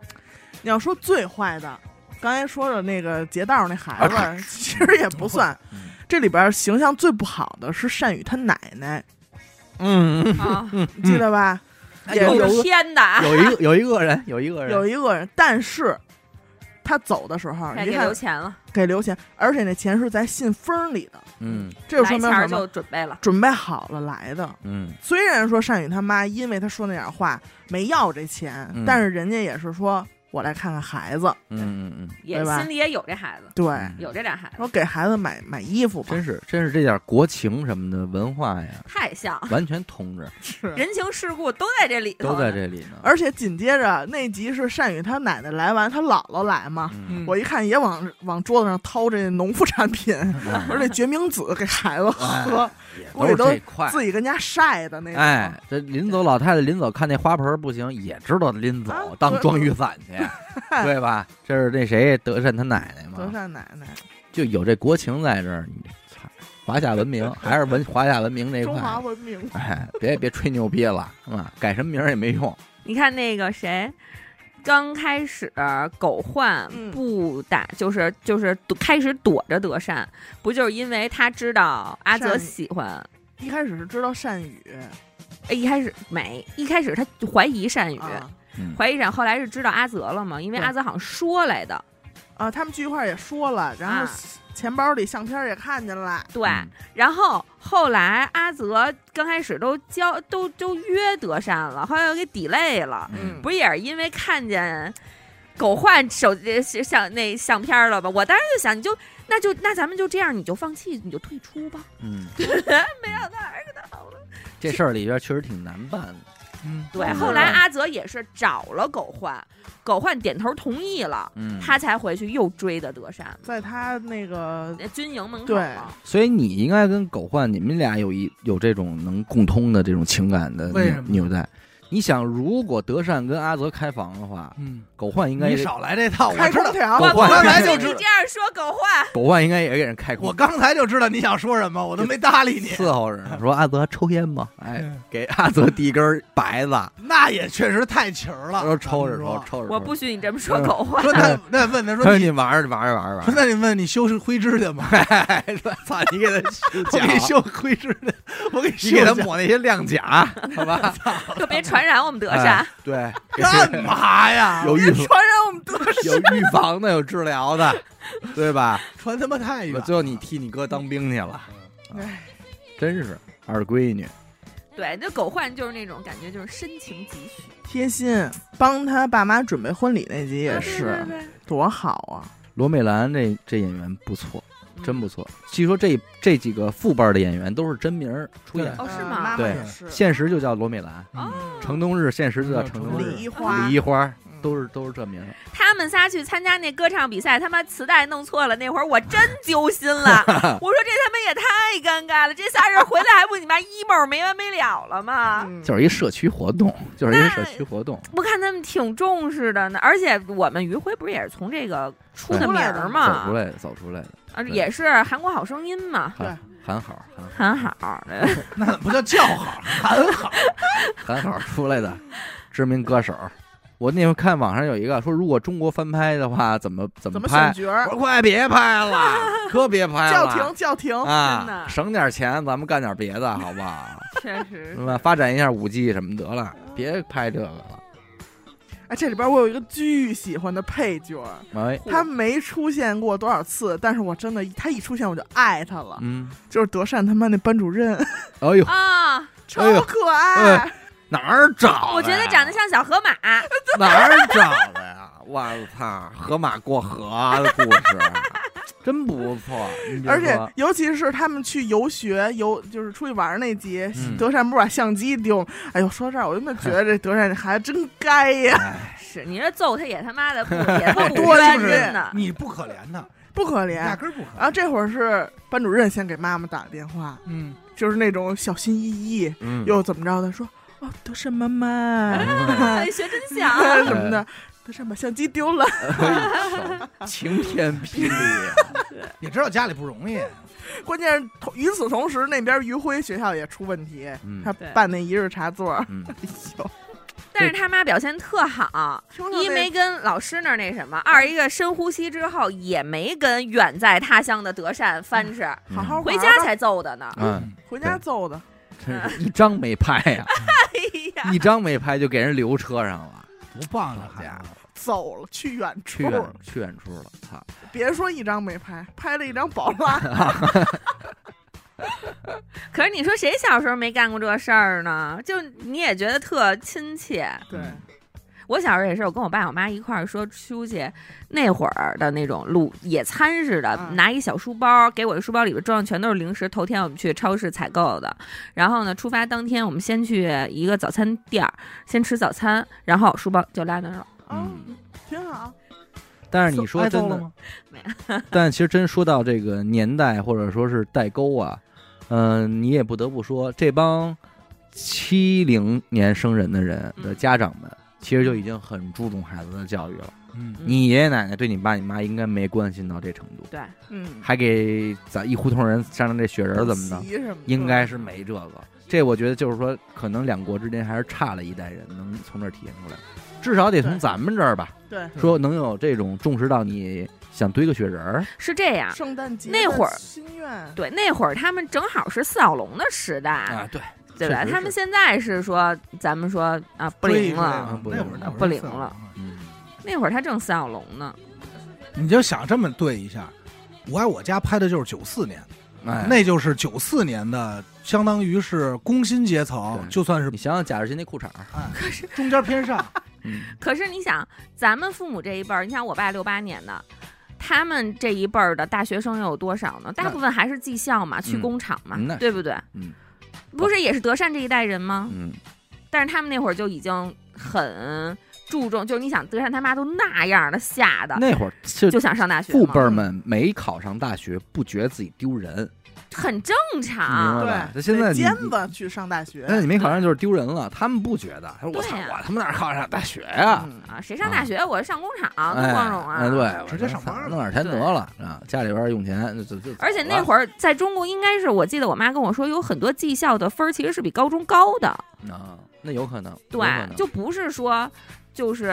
你要说最坏的，刚才说的那个劫道那孩
啊
子， 其实也不算
嗯。
这里边儿形象最不好的是善宇他奶奶，
嗯，
啊，
你记得吧？也
哎有
有
有
天 哪！
有一个有一个人，有一个人，
有一个人，但是他走的时候，
该
你
给
看
留钱了，
给留钱，而且那钱是在信封里的，
嗯
这就
来
说
钱
明
儿
什么？
就准备了。
准备好了来的。
嗯
虽然说善宇他妈因为他说那点儿话没要这钱，
嗯
但是人家也是说我来看看孩子，
嗯嗯嗯，
也
对吧
心里也有这孩子，
对，
嗯
有这俩孩子，
说给孩子买买衣服吧，
真是真是这点国情什么的文化呀，
太像
啊
完全通 着，
是
人情世故都在这里头，
都在。这里呢。
而且紧接着那集是善宇他奶奶来完，他姥姥来嘛，
嗯，
我一看也往往桌子上掏这农副产品，
嗯
说这决明子给孩子喝，
也
估计
都
都
是这块。
自己跟家晒的那种。
哎，这临走老太太临走看那花盆儿不行，也知道临走
啊
当
对
装雨伞去， 对吧？这是那谁德善他奶奶
德
嘛，
善奶奶，
就有这国情在这儿。你操，华夏文 明还是文华夏文明这一
中华
块。
文明，
哎，别别吹牛逼了，是吧？改什么名儿也没用。
你看那个谁，刚开始狗焕
嗯
不打，就是就是躲开始躲着德善，不就是因为他知道阿泽
善
喜欢？
一开始是知道善宇
哎一开始没，一开始他怀疑善宇，
啊
嗯，
怀疑善，后来是知道阿泽了嘛？因为
对
阿泽好像说来的，
啊，他们聚一块儿也说了，然后
啊
钱包里相片儿也看见了，
对。
嗯
然后后来阿泽刚开始都交都都约德善了，后来又给 delay 了，
嗯
不是也是因为看见狗焕手机相那相片儿了吧？我当时就想，你就那就那咱们就这样，你就放弃，你就退出吧。
嗯，
没想到还是跟他好了。
这事儿里边确实挺难办的。
嗯，
对，
嗯
后来阿泽也是找了狗焕，狗焕点头同意了，
嗯，
他才回去又追的德善，
在他那个
那军营门口
对
嘛。
所以你应该跟狗焕，你们俩有一有这种能共通的这种情感的
为
纽
什么
纽带。你想，如果德善跟阿泽开房的话，
嗯，
狗焕应该
你
也
少来这套，我
开
知
空
道，
调，
狗焕
刚才就
你
知
这样说狗焕，
狗焕应该也给人开空
我刚才就知道你想说什么，我都没搭理 你。
伺候着 呢，说阿泽抽烟吗？哎，
嗯
给阿泽递根儿白的，
那也确实太勤儿了，
说抽着
咱们
抽
说。
抽着抽着。
我不许你这么说狗焕。
说 那那问他
他说
说你
你玩儿玩儿玩儿玩
说
儿。
那你问你修是灰指甲吗？
哎， 操！ 你给他修
我给
甲，
你修灰指 甲，我给你
你
修
给他
甲
抹那些亮 甲，好吧？
可别传染我们德善。
哎对，
干嘛呀？
有预
啊别传染我们德
有预防的，有治疗的，对吧？
传他妈太远
我
了，
最后你替你哥当兵去了，啊
哎，
真是二闺女，
对，那狗焕就是那种感觉，就是深情几许，
贴心，帮他爸妈准备婚礼那集也
啊对
是，
对对
多好啊！
罗美兰这这演员不错，
嗯
真不错。据说这这几个副辈儿的演员都是真名儿出演
对，
哦是
嗯
吗
妈妈
对
也是，
现实就叫罗美兰，
哦，
城东日现实就叫城东
嗯李
日，
一花
李一花
嗯
都是都是这名儿。
他们仨去参加那歌唱比赛，他妈磁带弄错了，那会儿我真揪心了。我说这他妈也太尴尬了，这仨人回来还不你妈 emo 没完没了了吗？
嗯
就是一社区活动，就是一社区活动。
我看他们挺重视的呢，而且我们余晖不是也是从这个出的
对
名儿
走出
嘛，
来的，走出来的，
啊也是韩国好声音嘛，
喊喊好，喊好
很好。
那不叫叫好，很好。
喊好出来的知名歌手。我那会儿看网上有一个说，如果中国翻拍的话，怎么怎
怎
么
么选
拍？
角
我
儿？
说快别拍了，可别拍了，
叫停，叫停！
真
啊！
的
省点钱，咱们干点别的，好不好？
确实
是吧？发展一下五 G 什么得了，别拍这个了。
哎，这里边我有一个巨喜欢的配角儿，
喂，
他没出现过多少次，但是我真的他一出现我就爱他了，
嗯，
就是德善他妈那班主任，
哎呦，
啊、
超
哎呦
可爱。
哪儿找的呀？
我觉得长得像小河马，
哪儿找的呀？我操，河马过河的故事，啊真不错。你别
而且
说啊
尤其是他们去游学游，就是出去玩儿那集，
嗯
德善不是把相机丢了？哎呦，说到这儿我真的觉得这德善这孩子真该呀，
哎
是你这揍他也他妈的不也不
多
补
了
冤
是不是
真的。
你不可怜 他，
不可
压
怜。
根儿不可怜。
然后这会儿是班主任先给妈妈打了电话，
嗯，
就是那种小心翼翼
嗯，
又怎么着的，说哦，德善 妈妈
哎学真像，
什么的，德善把相机丢了，
哎呦晴天霹雳。
也知道家里不容易，
关键是同与此同时，那边余晖学校也出问题，
嗯
他
对
办那一日茶座，
嗯，
哎呦，
但是他妈表现特好，
听
一
着
没
那嗯
跟老师那儿那什么，二一个深呼吸之后也没跟远在他乡的德善翻吃，
好嗯好玩
回
吧
家才揍的 呢。
嗯，
回家揍的，
真是一张没拍呀，
哎呀，
一张没拍就给人留车上了，
嗯不棒
好
的
家
孩
伙
子，
走了去远
去
处，
远去远处了，操！
别说一张没拍，拍了一张宝拉，
可是你说谁小时候没干过这事儿呢？就你也觉得特亲切。
对，
我小时候也是，我跟我爸我妈一块儿说出去那会儿的那种路野餐似的，
嗯
拿一小书包，给我的书包里边装的全都是零食。头天我们去超市采购的，然后呢，出发当天我们先去一个早餐店儿，先吃早餐，然后书包就拉那儿了。
啊，
嗯
挺好，
但是你说
挨揍
真
了嗯
的，
吗？
但其实真说到这个年代或者说是代沟啊，嗯、你也不得不说这帮七零年生人的人的家长们，其实就已经很注重孩子的教育了。
嗯，
嗯
你爷爷奶奶对你爸你妈应该没关心到这程度，
对，
嗯，
还给咱一胡同人商量这雪人怎么
的
着，，
什么的
应该是没这个。这我觉得就是说，可能两国之间还是差了一代人，能从这儿体现出来，至少得从
对
咱们这儿吧，
对
说能有这种重视到你想堆个雪人儿，
是这样。
圣诞节
那会儿
的心愿，
对，那会儿他们正好是四小龙的时代，
啊，对，
对吧
确？实
他们现在是说，咱们说啊，不
追
灵了。
不
那
灵
会
了
儿那会儿
不灵
四小
了
龙啊
嗯，
那会儿他正四小龙呢，
嗯你就想这么对一下，《我爱我家》拍的就是九四年，
哎，
那就是九四年的，相当于是工薪阶层
对，
就算是
你想想贾志新那裤衩儿，
中间偏 上，
嗯，
可是你想，咱们父母这一辈儿，你想我爸六八年的，他们这一辈儿的大学生又有多少呢？大部分还是技校嘛，去工厂嘛，
嗯那是
对不对？
嗯，
不是也是德善这一代人吗？
嗯，
但是他们那会儿就已经很注重，就是你想德善他妈都那样的吓的，
那会儿就
就想上大学嘛，
父辈儿们没考上大学，不觉得自己丢人，
很正
明
常。
白吧
对，
那现在
得
你
尖子去上大学，
那你没考上就是丢人了，他们不觉得，他说我
对啊
操，
呀
我他妈哪考上大学呀？
嗯
啊，谁上大学？我上工厂，多
哎
光荣啊！
哎对，
直接上班了
弄点钱得了啊！家里边用钱就就，
而且那
儿
会儿在中国，应该是我记得我妈跟我说，有很多技校的分儿其实是比高中高的。
啊，那有可能，有可
对，
能
就不是说就是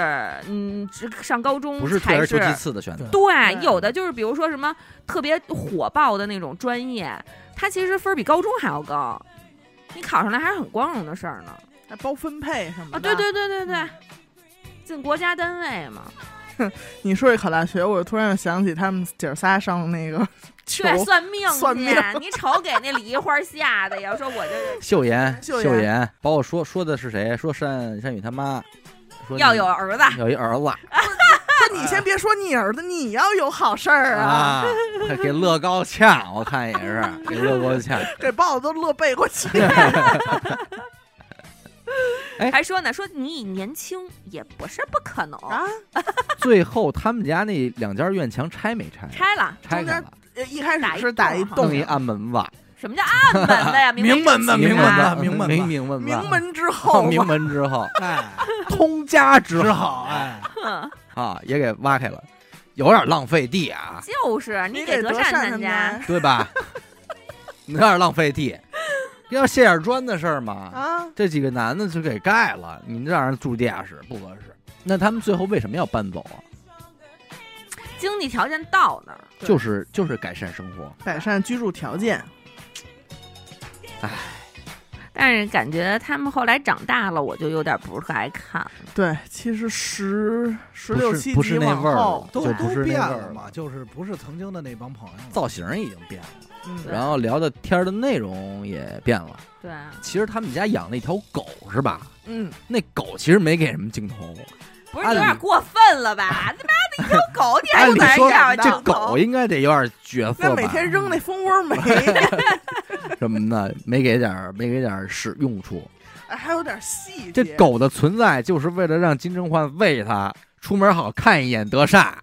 嗯，只上高中
不是退
才
而
是
求其次的选择，
对，
对
有的就是比如说什么特别火爆的那种专业，它其实分儿比高中还要高，你考上来还是很光荣的事儿呢。
还包分配什么
啊，
的，
嗯
对对对对对，进国家单位嘛，
你说这考大学，我突然又想起他们姐儿仨上那个球
对，算命去，
算命
你瞅给那李一花吓的呀！说我这
秀妍，
秀
秀
妍
妍，把我说说的是谁？说单单宇他妈，说
要
你
有儿子，
有一儿子
说你先别说你儿子，你要有好事儿啊，
啊，还给乐高呛，我看也是给乐高呛。
给豹子都乐背过去。
哎
还说呢，说你年轻也不是不可能，
啊，
最后他们家那两家院墙拆没拆？
拆了。
拆开了，
呃一开
打
始
一
是打
洞
一
啊
洞
弄一，暗门吧，
什么叫暗门 子呀？
明门子
正
明
气
门
啊
子明门吧
明明门吧
名门之
哦
后
名
嘛，
门之后，
哎，
通家之
只
后
好 哎，
哼
啊，也给挖开了，有点浪费地啊，
就是你
你
给
给
德
德
善
善
他
他
们
们
家，
对吧？ 有点浪费地，要卸点砖的事儿嘛。
啊，
这几个男的就给盖了，你这让人住地下室不合适。那他们最后为什么要搬走啊？
经济条件到那儿，
对
就是就是改善生活，
改善居住条件，
但是感觉他们后来长大了，我就有点不太爱看。
对，其实十十
不
六
是
七
不
集
是那
往
味儿了
后，，
都
就
都
不是
变
那味
了
儿
嘛，
了，
就是不是曾经的那帮朋友了。
造型已经变了，
嗯
然后聊的天儿的内容也变了。
对啊，
其实他们家养了一条狗是吧？
嗯，
那狗其实没给什么镜头，
不是
按
有
理
点过分了吧？他妈的，有狗你还
按
不
理
在
说
这
这 狗应该得有点角
那
色吧？
每天扔那蜂窝煤，
什么的，没给点儿没给点儿使用处。
哎 还有点细
这
节，
狗的存在就是为了让金正焕喂它，出门好看一眼德善，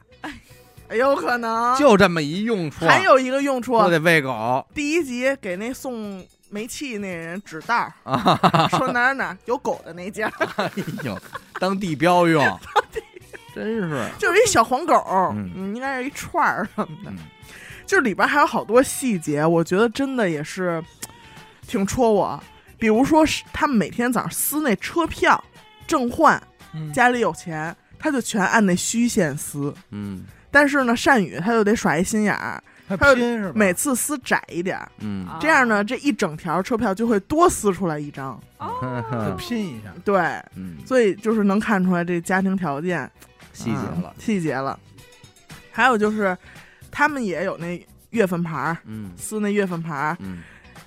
有可能
就这么一用处。
啊还有一个用处，
都得喂 狗
第一集给那送煤气那人指道儿，
啊！
说哪儿哪儿有狗的那家，
哎呦，当地标用，真是
就是一小黄狗，
嗯
嗯，应该是一串儿什么的
嗯，
就是里边还有好多细节，我觉得真的也是挺戳我。比如说是他们每天早上撕那车票正换，
嗯
家里有钱，他就全按那虚线撕。
嗯
但是呢，善宇他就得耍一心眼儿，
还
还有
拼是吧？啊
每次撕窄一点儿，
嗯，
这样呢，这一整条车票就会多撕出来一张。
就
哦，
拼一下，
对，
嗯，
所以就是能看出来这家庭条件嗯
细节了，
细节了。还有就是，他们也有那月份牌儿，
嗯
撕那月份牌儿，
嗯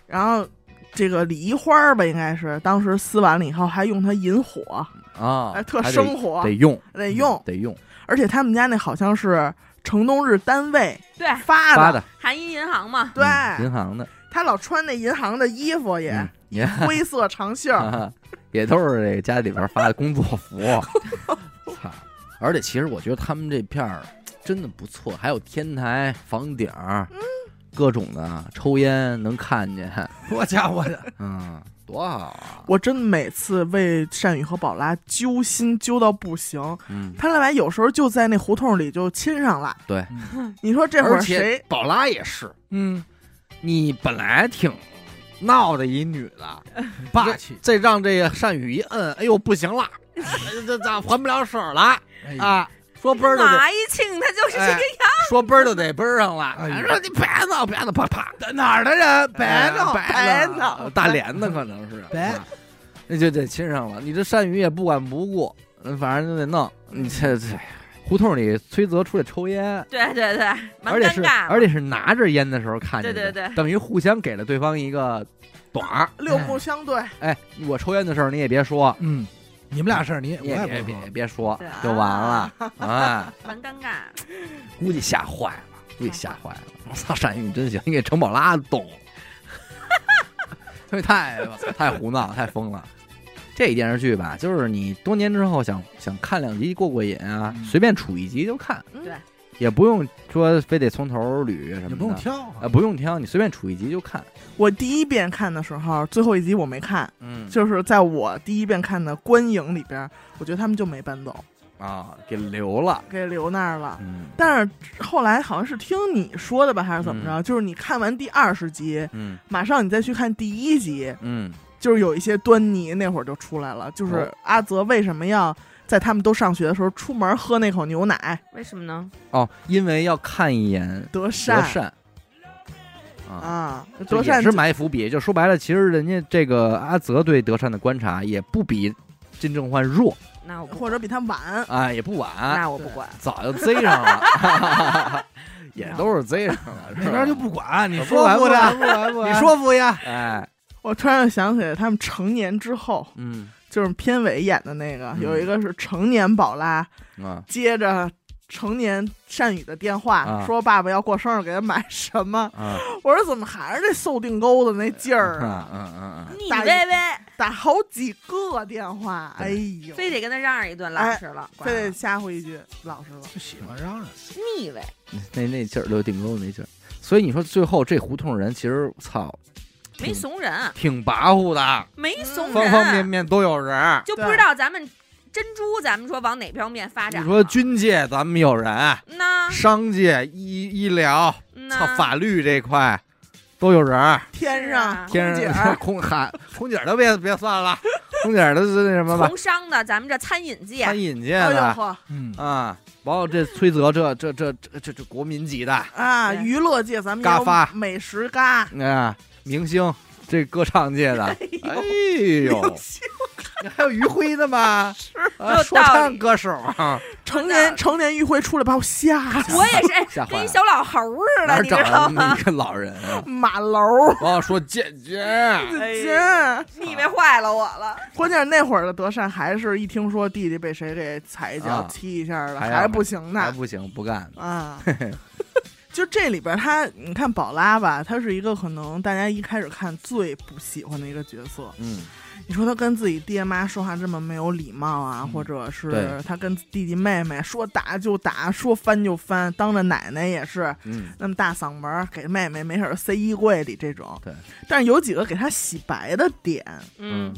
然后这个李一花儿吧，应该是当时撕完了以后还用它引火，
啊
哎，，特
还得
生火，
得用嗯
得用。
得用
而且他们家那好像是城东日单位
对，
发的，
发的，
哦韩一银行嘛，
对、
嗯银行的，
他老穿那银行的衣服也，
嗯也
灰色长袖儿，
也都是这家里边发的工作服。操！而且其实我觉得他们这片儿真的不错，还有天台、房顶儿，各种的抽烟能看见，
我家伙 的，
嗯，多好啊！
我真的每次为善宇和宝拉揪心揪到不行，
嗯，
他俩有时候就在那胡同里就亲上了。
对
嗯，
你说这会
而
儿
且哎
谁？
宝拉也是，
嗯，
你本来挺闹的一女的，
很霸气，
这让这个善宇一摁，哎呦不行了， 这咋还不了手了
哎呀，
啊？说嘣儿就得
马一庆他就是这
哎
个
说嘣儿就得嘣儿上了，
哎呀
说你别闹别闹，啪啪。
哪儿的人？
白
白
闹
闹，
白
闹白闹
大连的可能 是
白
啊那就得亲上了。你这善宇也不管不顾，嗯反正就得弄。你这这胡同里崔泽出来抽烟，
对对对，蛮
而且
尴
是
尬的。
而且是拿着烟的时候看见的，
对对对
等于互相给了对方一个短儿。
六目相对，
哎，我抽烟的事儿你也别说，
嗯，你们俩事儿你我
你也别
也不
别
说，
别说
对，
就完了 啊！
蛮尴尬，
估计吓坏了，估计吓坏了。我操，善宇你真行，你给程宝拉懂， 因为太太胡闹了，太疯了。这一电视剧吧，就是你多年之后想想看两集过过瘾啊，
嗯
随便杵一集就看，
嗯
对
也不用说非得从头捋什
你
么
不用
的，
挑
啊，不用挑，你随便杵一集就看。
我第一遍看的时候，最后一集我没看，
嗯
就是在我第一遍看的观影里边，我觉得他们就没搬走，
啊，给留了。
给留那儿了。
嗯
但是后来好像是听你说的吧，还是怎么着？就是你看完第二十集，
嗯
马上你再去看第一集，
嗯
就是有一些端倪那会儿就出来了，就是
哦
阿泽为什么要在他们都上学的时候出门喝那口牛奶？
为什么呢？
哦，因为要看一眼
德
德
善
善啊。
啊，
就
德善
也是埋伏笔，就说白了，其实人家这个阿泽对德善的观察也不比金正焕弱，
那我不
或者比他晚，
啊，也不晚，
那我不管，
早就贼上了， 也都是贼上了，
那边就不管，你
不
说
管
服
呃不管
的，
不管不
你
管，
说服呀，
哎，
啊我突然想起来，他们成年之后，
嗯
就是片尾演的那个，
嗯
有一个是成年宝拉，
啊，
接着成年善宇的电话，
啊
说爸爸要过生日，给他买什么？
啊
我说怎么还是这瘦腚沟子那劲
嗯
儿啊？
嗯嗯
腻
大
歪歪，
打好几个电话，
对
哎呦，
非得跟他嚷嚷一顿，老实了，管
哎非得吓唬一句老实了。
啊
就喜欢嚷嚷，
腻歪，
嗯，那那劲儿六定沟那劲儿，所以你说最后这胡同人其实操，
没
挺
怂人，啊
挺跋扈的，
没
嗯
怂人，
嗯方方面面都有人儿。
就不知道咱们珍珠，咱们说往哪方面发
你
展了？
说军界咱们有人，
那
商界、医医疗，
啊那
操法律这块都有人儿。
天
是
上
啊
天
空姐
上
儿
空喊空姐儿都别别算了，空姐儿都是那什么吧，
从商的，咱们这餐饮界，
餐饮界
哎呦
的
呵
嗯，
啊，包括这崔泽这这这这这这国民级的
啊，
对
娱乐界咱们
嘎
也有
发
美食嘎，
啊，明星这歌唱界的，哎呦，还有于辉呢吗？啊
有
说
道
唱
理
歌手啊，
成年成年与会出来把我吓死，
我也是哎
吓坏了
跟一小老猴似的，
哪儿
你
找
知道
那
吗
么？一个老人啊？
马楼。
我要说健健，
哎
姐，
腻歪坏了我了，
关键是那会儿的德善还是一听说弟弟被谁给踩一脚
啊
踢一下了，
还要
还不行
还
呢
不行，不干了。
啊！就这里边他，你看宝拉吧，她是一个可能大家一开始看最不喜欢的一个角色，
嗯，
你说他跟自己爹妈说话这么没有礼貌啊，或者是
嗯对
他跟弟弟妹妹说打就打，说翻就翻，当着奶奶也是
嗯，
那么大嗓门儿给妹妹没事儿塞衣柜里这种。
对，
但是有几个给他洗白的点，
嗯，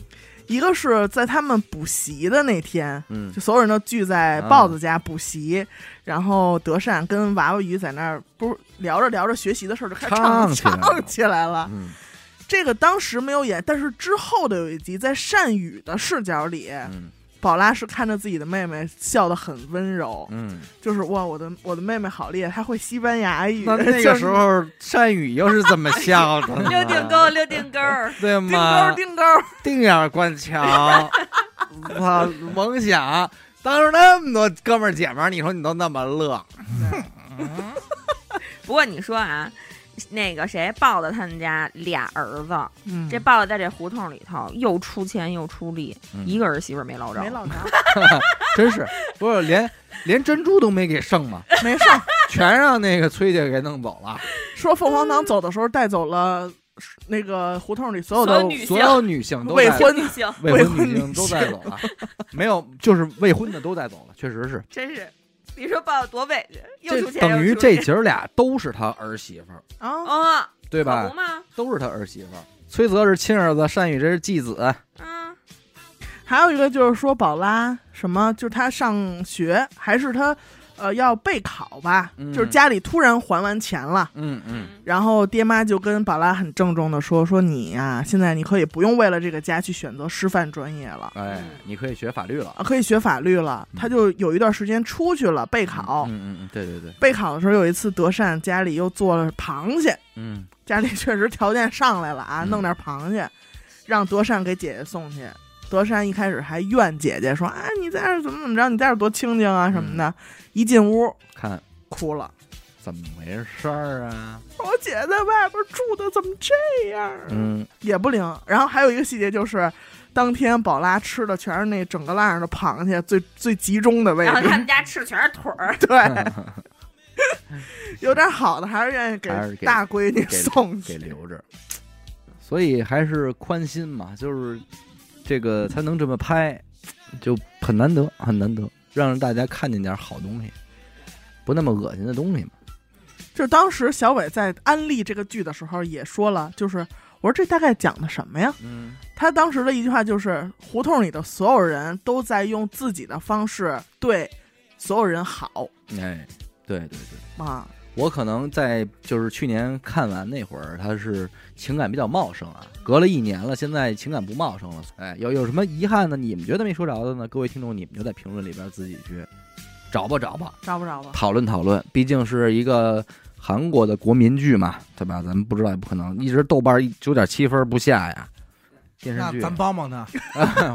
一个是在他们补习的那天。
嗯
就所有人都聚在
啊
豹子家补习，然后德善跟娃娃鱼在那儿不是聊着聊着学习的事儿就开始唱
唱起来了
唱起来了。
嗯
这个当时没有演，但是之后的有一集，在善宇的视角里，
嗯
宝拉是看着自己的妹妹笑得很温柔，
嗯，
就是哇，我的我的妹妹好厉害，她会西班牙语。
那那
哎就
个
是
时候善宇又是怎么笑的 呢？
嗯溜腚沟，溜腚沟儿，
对
钉钩
吗？
钉钩，
定眼观 瞧，我甭想，当时那么多哥们儿姐们儿，你说你都那么乐，
不过你说啊，那个谁豹子他们家俩儿子，
嗯，
这豹子在这胡同里头又出钱又出力，
嗯
一个儿媳妇儿没捞着。
没落着，
真是不是连连珍珠都没给剩 嘛，
没事儿。
全让那个崔家给弄走了，
说凤凰堂走的时候带走了那个胡同里所有
所
的
有女性
所有女性都
未
带走
婚
女性
未
未
婚
婚
女性
女
都
性
带走了，没有就是未婚的都带走了，确实是，
真是，你说豹子多委屈，又出
这
钱
等于
又出力
这姐儿俩都是他儿媳妇儿，
啊，
哦，
对
可
吧
不？吗？
都是他儿媳妇儿。崔泽是亲儿子，单于这是继子，
嗯，
还有一个就是说宝拉什么，就是她上学还是她呃要备考吧，
嗯
就是家里突然还完钱了。
嗯嗯，
然后爹妈就跟宝拉很郑重的说：“说你呀、现在你可以不用为了这个家去选择师范专业了，
哎，你可以学法律了。
啊，可以学法律了。”
嗯
他就有一段时间出去了备考。
嗯嗯嗯，对对对，
备考的时候有一次，德善家里又做了螃蟹，
嗯
家里确实条件上来了啊，
嗯
弄点螃蟹，让德善给姐姐送去。德善一开始还怨姐姐说：“啊，你在这儿怎么怎么着？你在这儿多清静啊什么
嗯
的。”一进屋
看
哭了，
怎么回事儿啊？
说：“我姐在外边住的怎么这样啊？”
嗯，
也不灵。然后还有一个细节就是，当天宝拉吃的全是那整个烂上的螃蟹，最最集中的位
然后他
置。
们家吃的全是腿儿，
对，有点好的还是愿意给
还是给
大闺女
给
送
给
去。
留着，所以还是宽心嘛，就是这个才能这么拍，就很难得，很难得，让大家看见点好东西，不那么恶心的东西嘛。
就是当时小伟在安利这个剧的时候也说了，就是我说这大概讲的什么呀？
嗯，
他当时的一句话就是，胡同里的所有人都在用自己的方式对所有人好
哎，对对对。
啊。
我可能在就是去年看完那会儿，他是情感比较茂盛啊，隔了一年了，现在情感不茂盛了。哎，有有什么遗憾呢？你们觉得没说着的呢？各位听众，你们就在评论里边自己去找吧找吧，
找不着吧？
讨论讨论。毕竟是一个韩国的国民剧嘛，对吧？咱们不知道也不可能，一直豆瓣九点七分不下呀，电视
那
剧，
咱帮帮 他，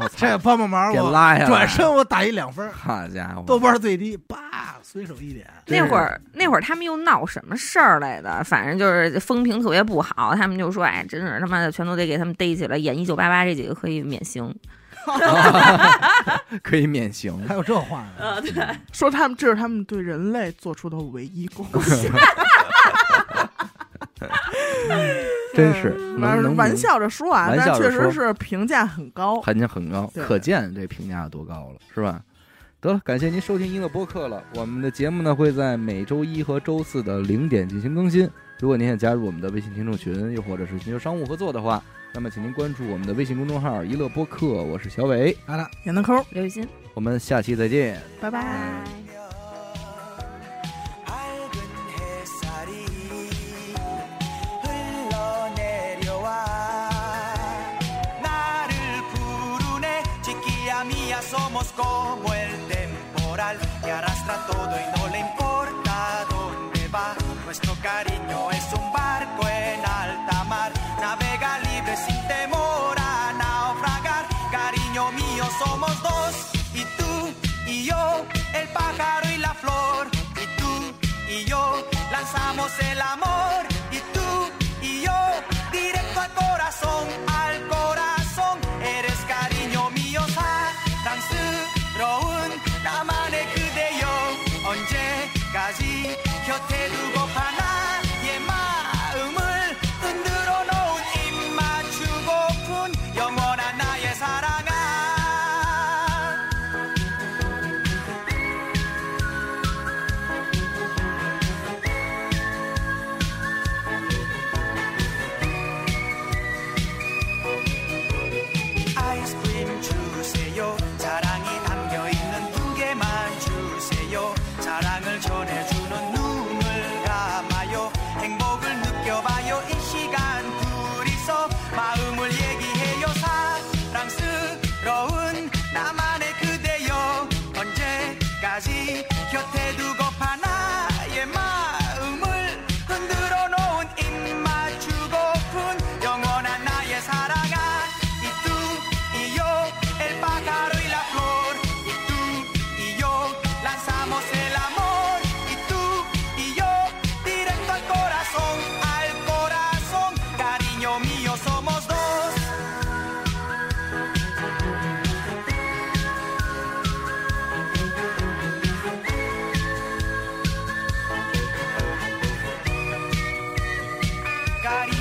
我操
这帮帮忙，
给
我
拉下来，
转， 身我打一两分儿，
好家伙，
豆瓣最低，叭，随手一点。
真
那
是
会儿那会儿他们又闹什么事儿来的？反正就是风评特别不好，他们就说：“哎，真是他妈的，全都得给他们逮起来，演一九八八这几个可以免刑。
可以免刑，
还有这话呢？
呃”对，
说他们这是他们对人类做出的唯一贡献，
真 是能能
嗯玩笑着说啊，
玩
但
笑着
确
说
实是评价很高。
含金很高，
对
可见这评价有多高了，是吧？得了，感谢您收听音乐播客了。我们的节目呢会在每周一和周四的零点进行更新。如果您想加入我们的微信听众群，又或者是寻求商务合作的话，那么请您关注我们的微信公众号“一乐播客”，我是小伟，
完了。
闫德抠，
刘雨欣，
我们下期再见。
拜拜。
拜。
밝은 햇살이 흘러내려와 나를 부르네 chiquilla mía somos como el temporal que arrastra todo y no le importa dónde va nuestro cariño es un barco en alta mar navega libre sin temor a naufragar cariño mío somos dos y tú y yo el pájaro y la flor y tú y yo lanzamos el amor y tú y yo directo al corazón, al corazón eres cariño mío 사랑스러운 나만의 그대여 언제까지 곁에 두고 하나의 마음을 흔들어 놓은 입 맞추고픈 영원한 나의 사랑아 아이스크림 주세요 사랑이 담겨있는 두 개만 주세요 사랑을 전해주는 눈을 감아요 행복을 느껴봐요 이 시간 둘이서 마음을 얘기해요 사랑스러운 나만의 그대여 언제까지 곁에 두고파 나의 마음을 흔들어 놓은 입 맞추고픈 영원한 나의 사랑아 y tú y yo, el pájaro y la flor, y tú y yo, lanzamos el amor, y tú y yo, directo al corazón, al corazón, cariño mío, somos dos. Cariño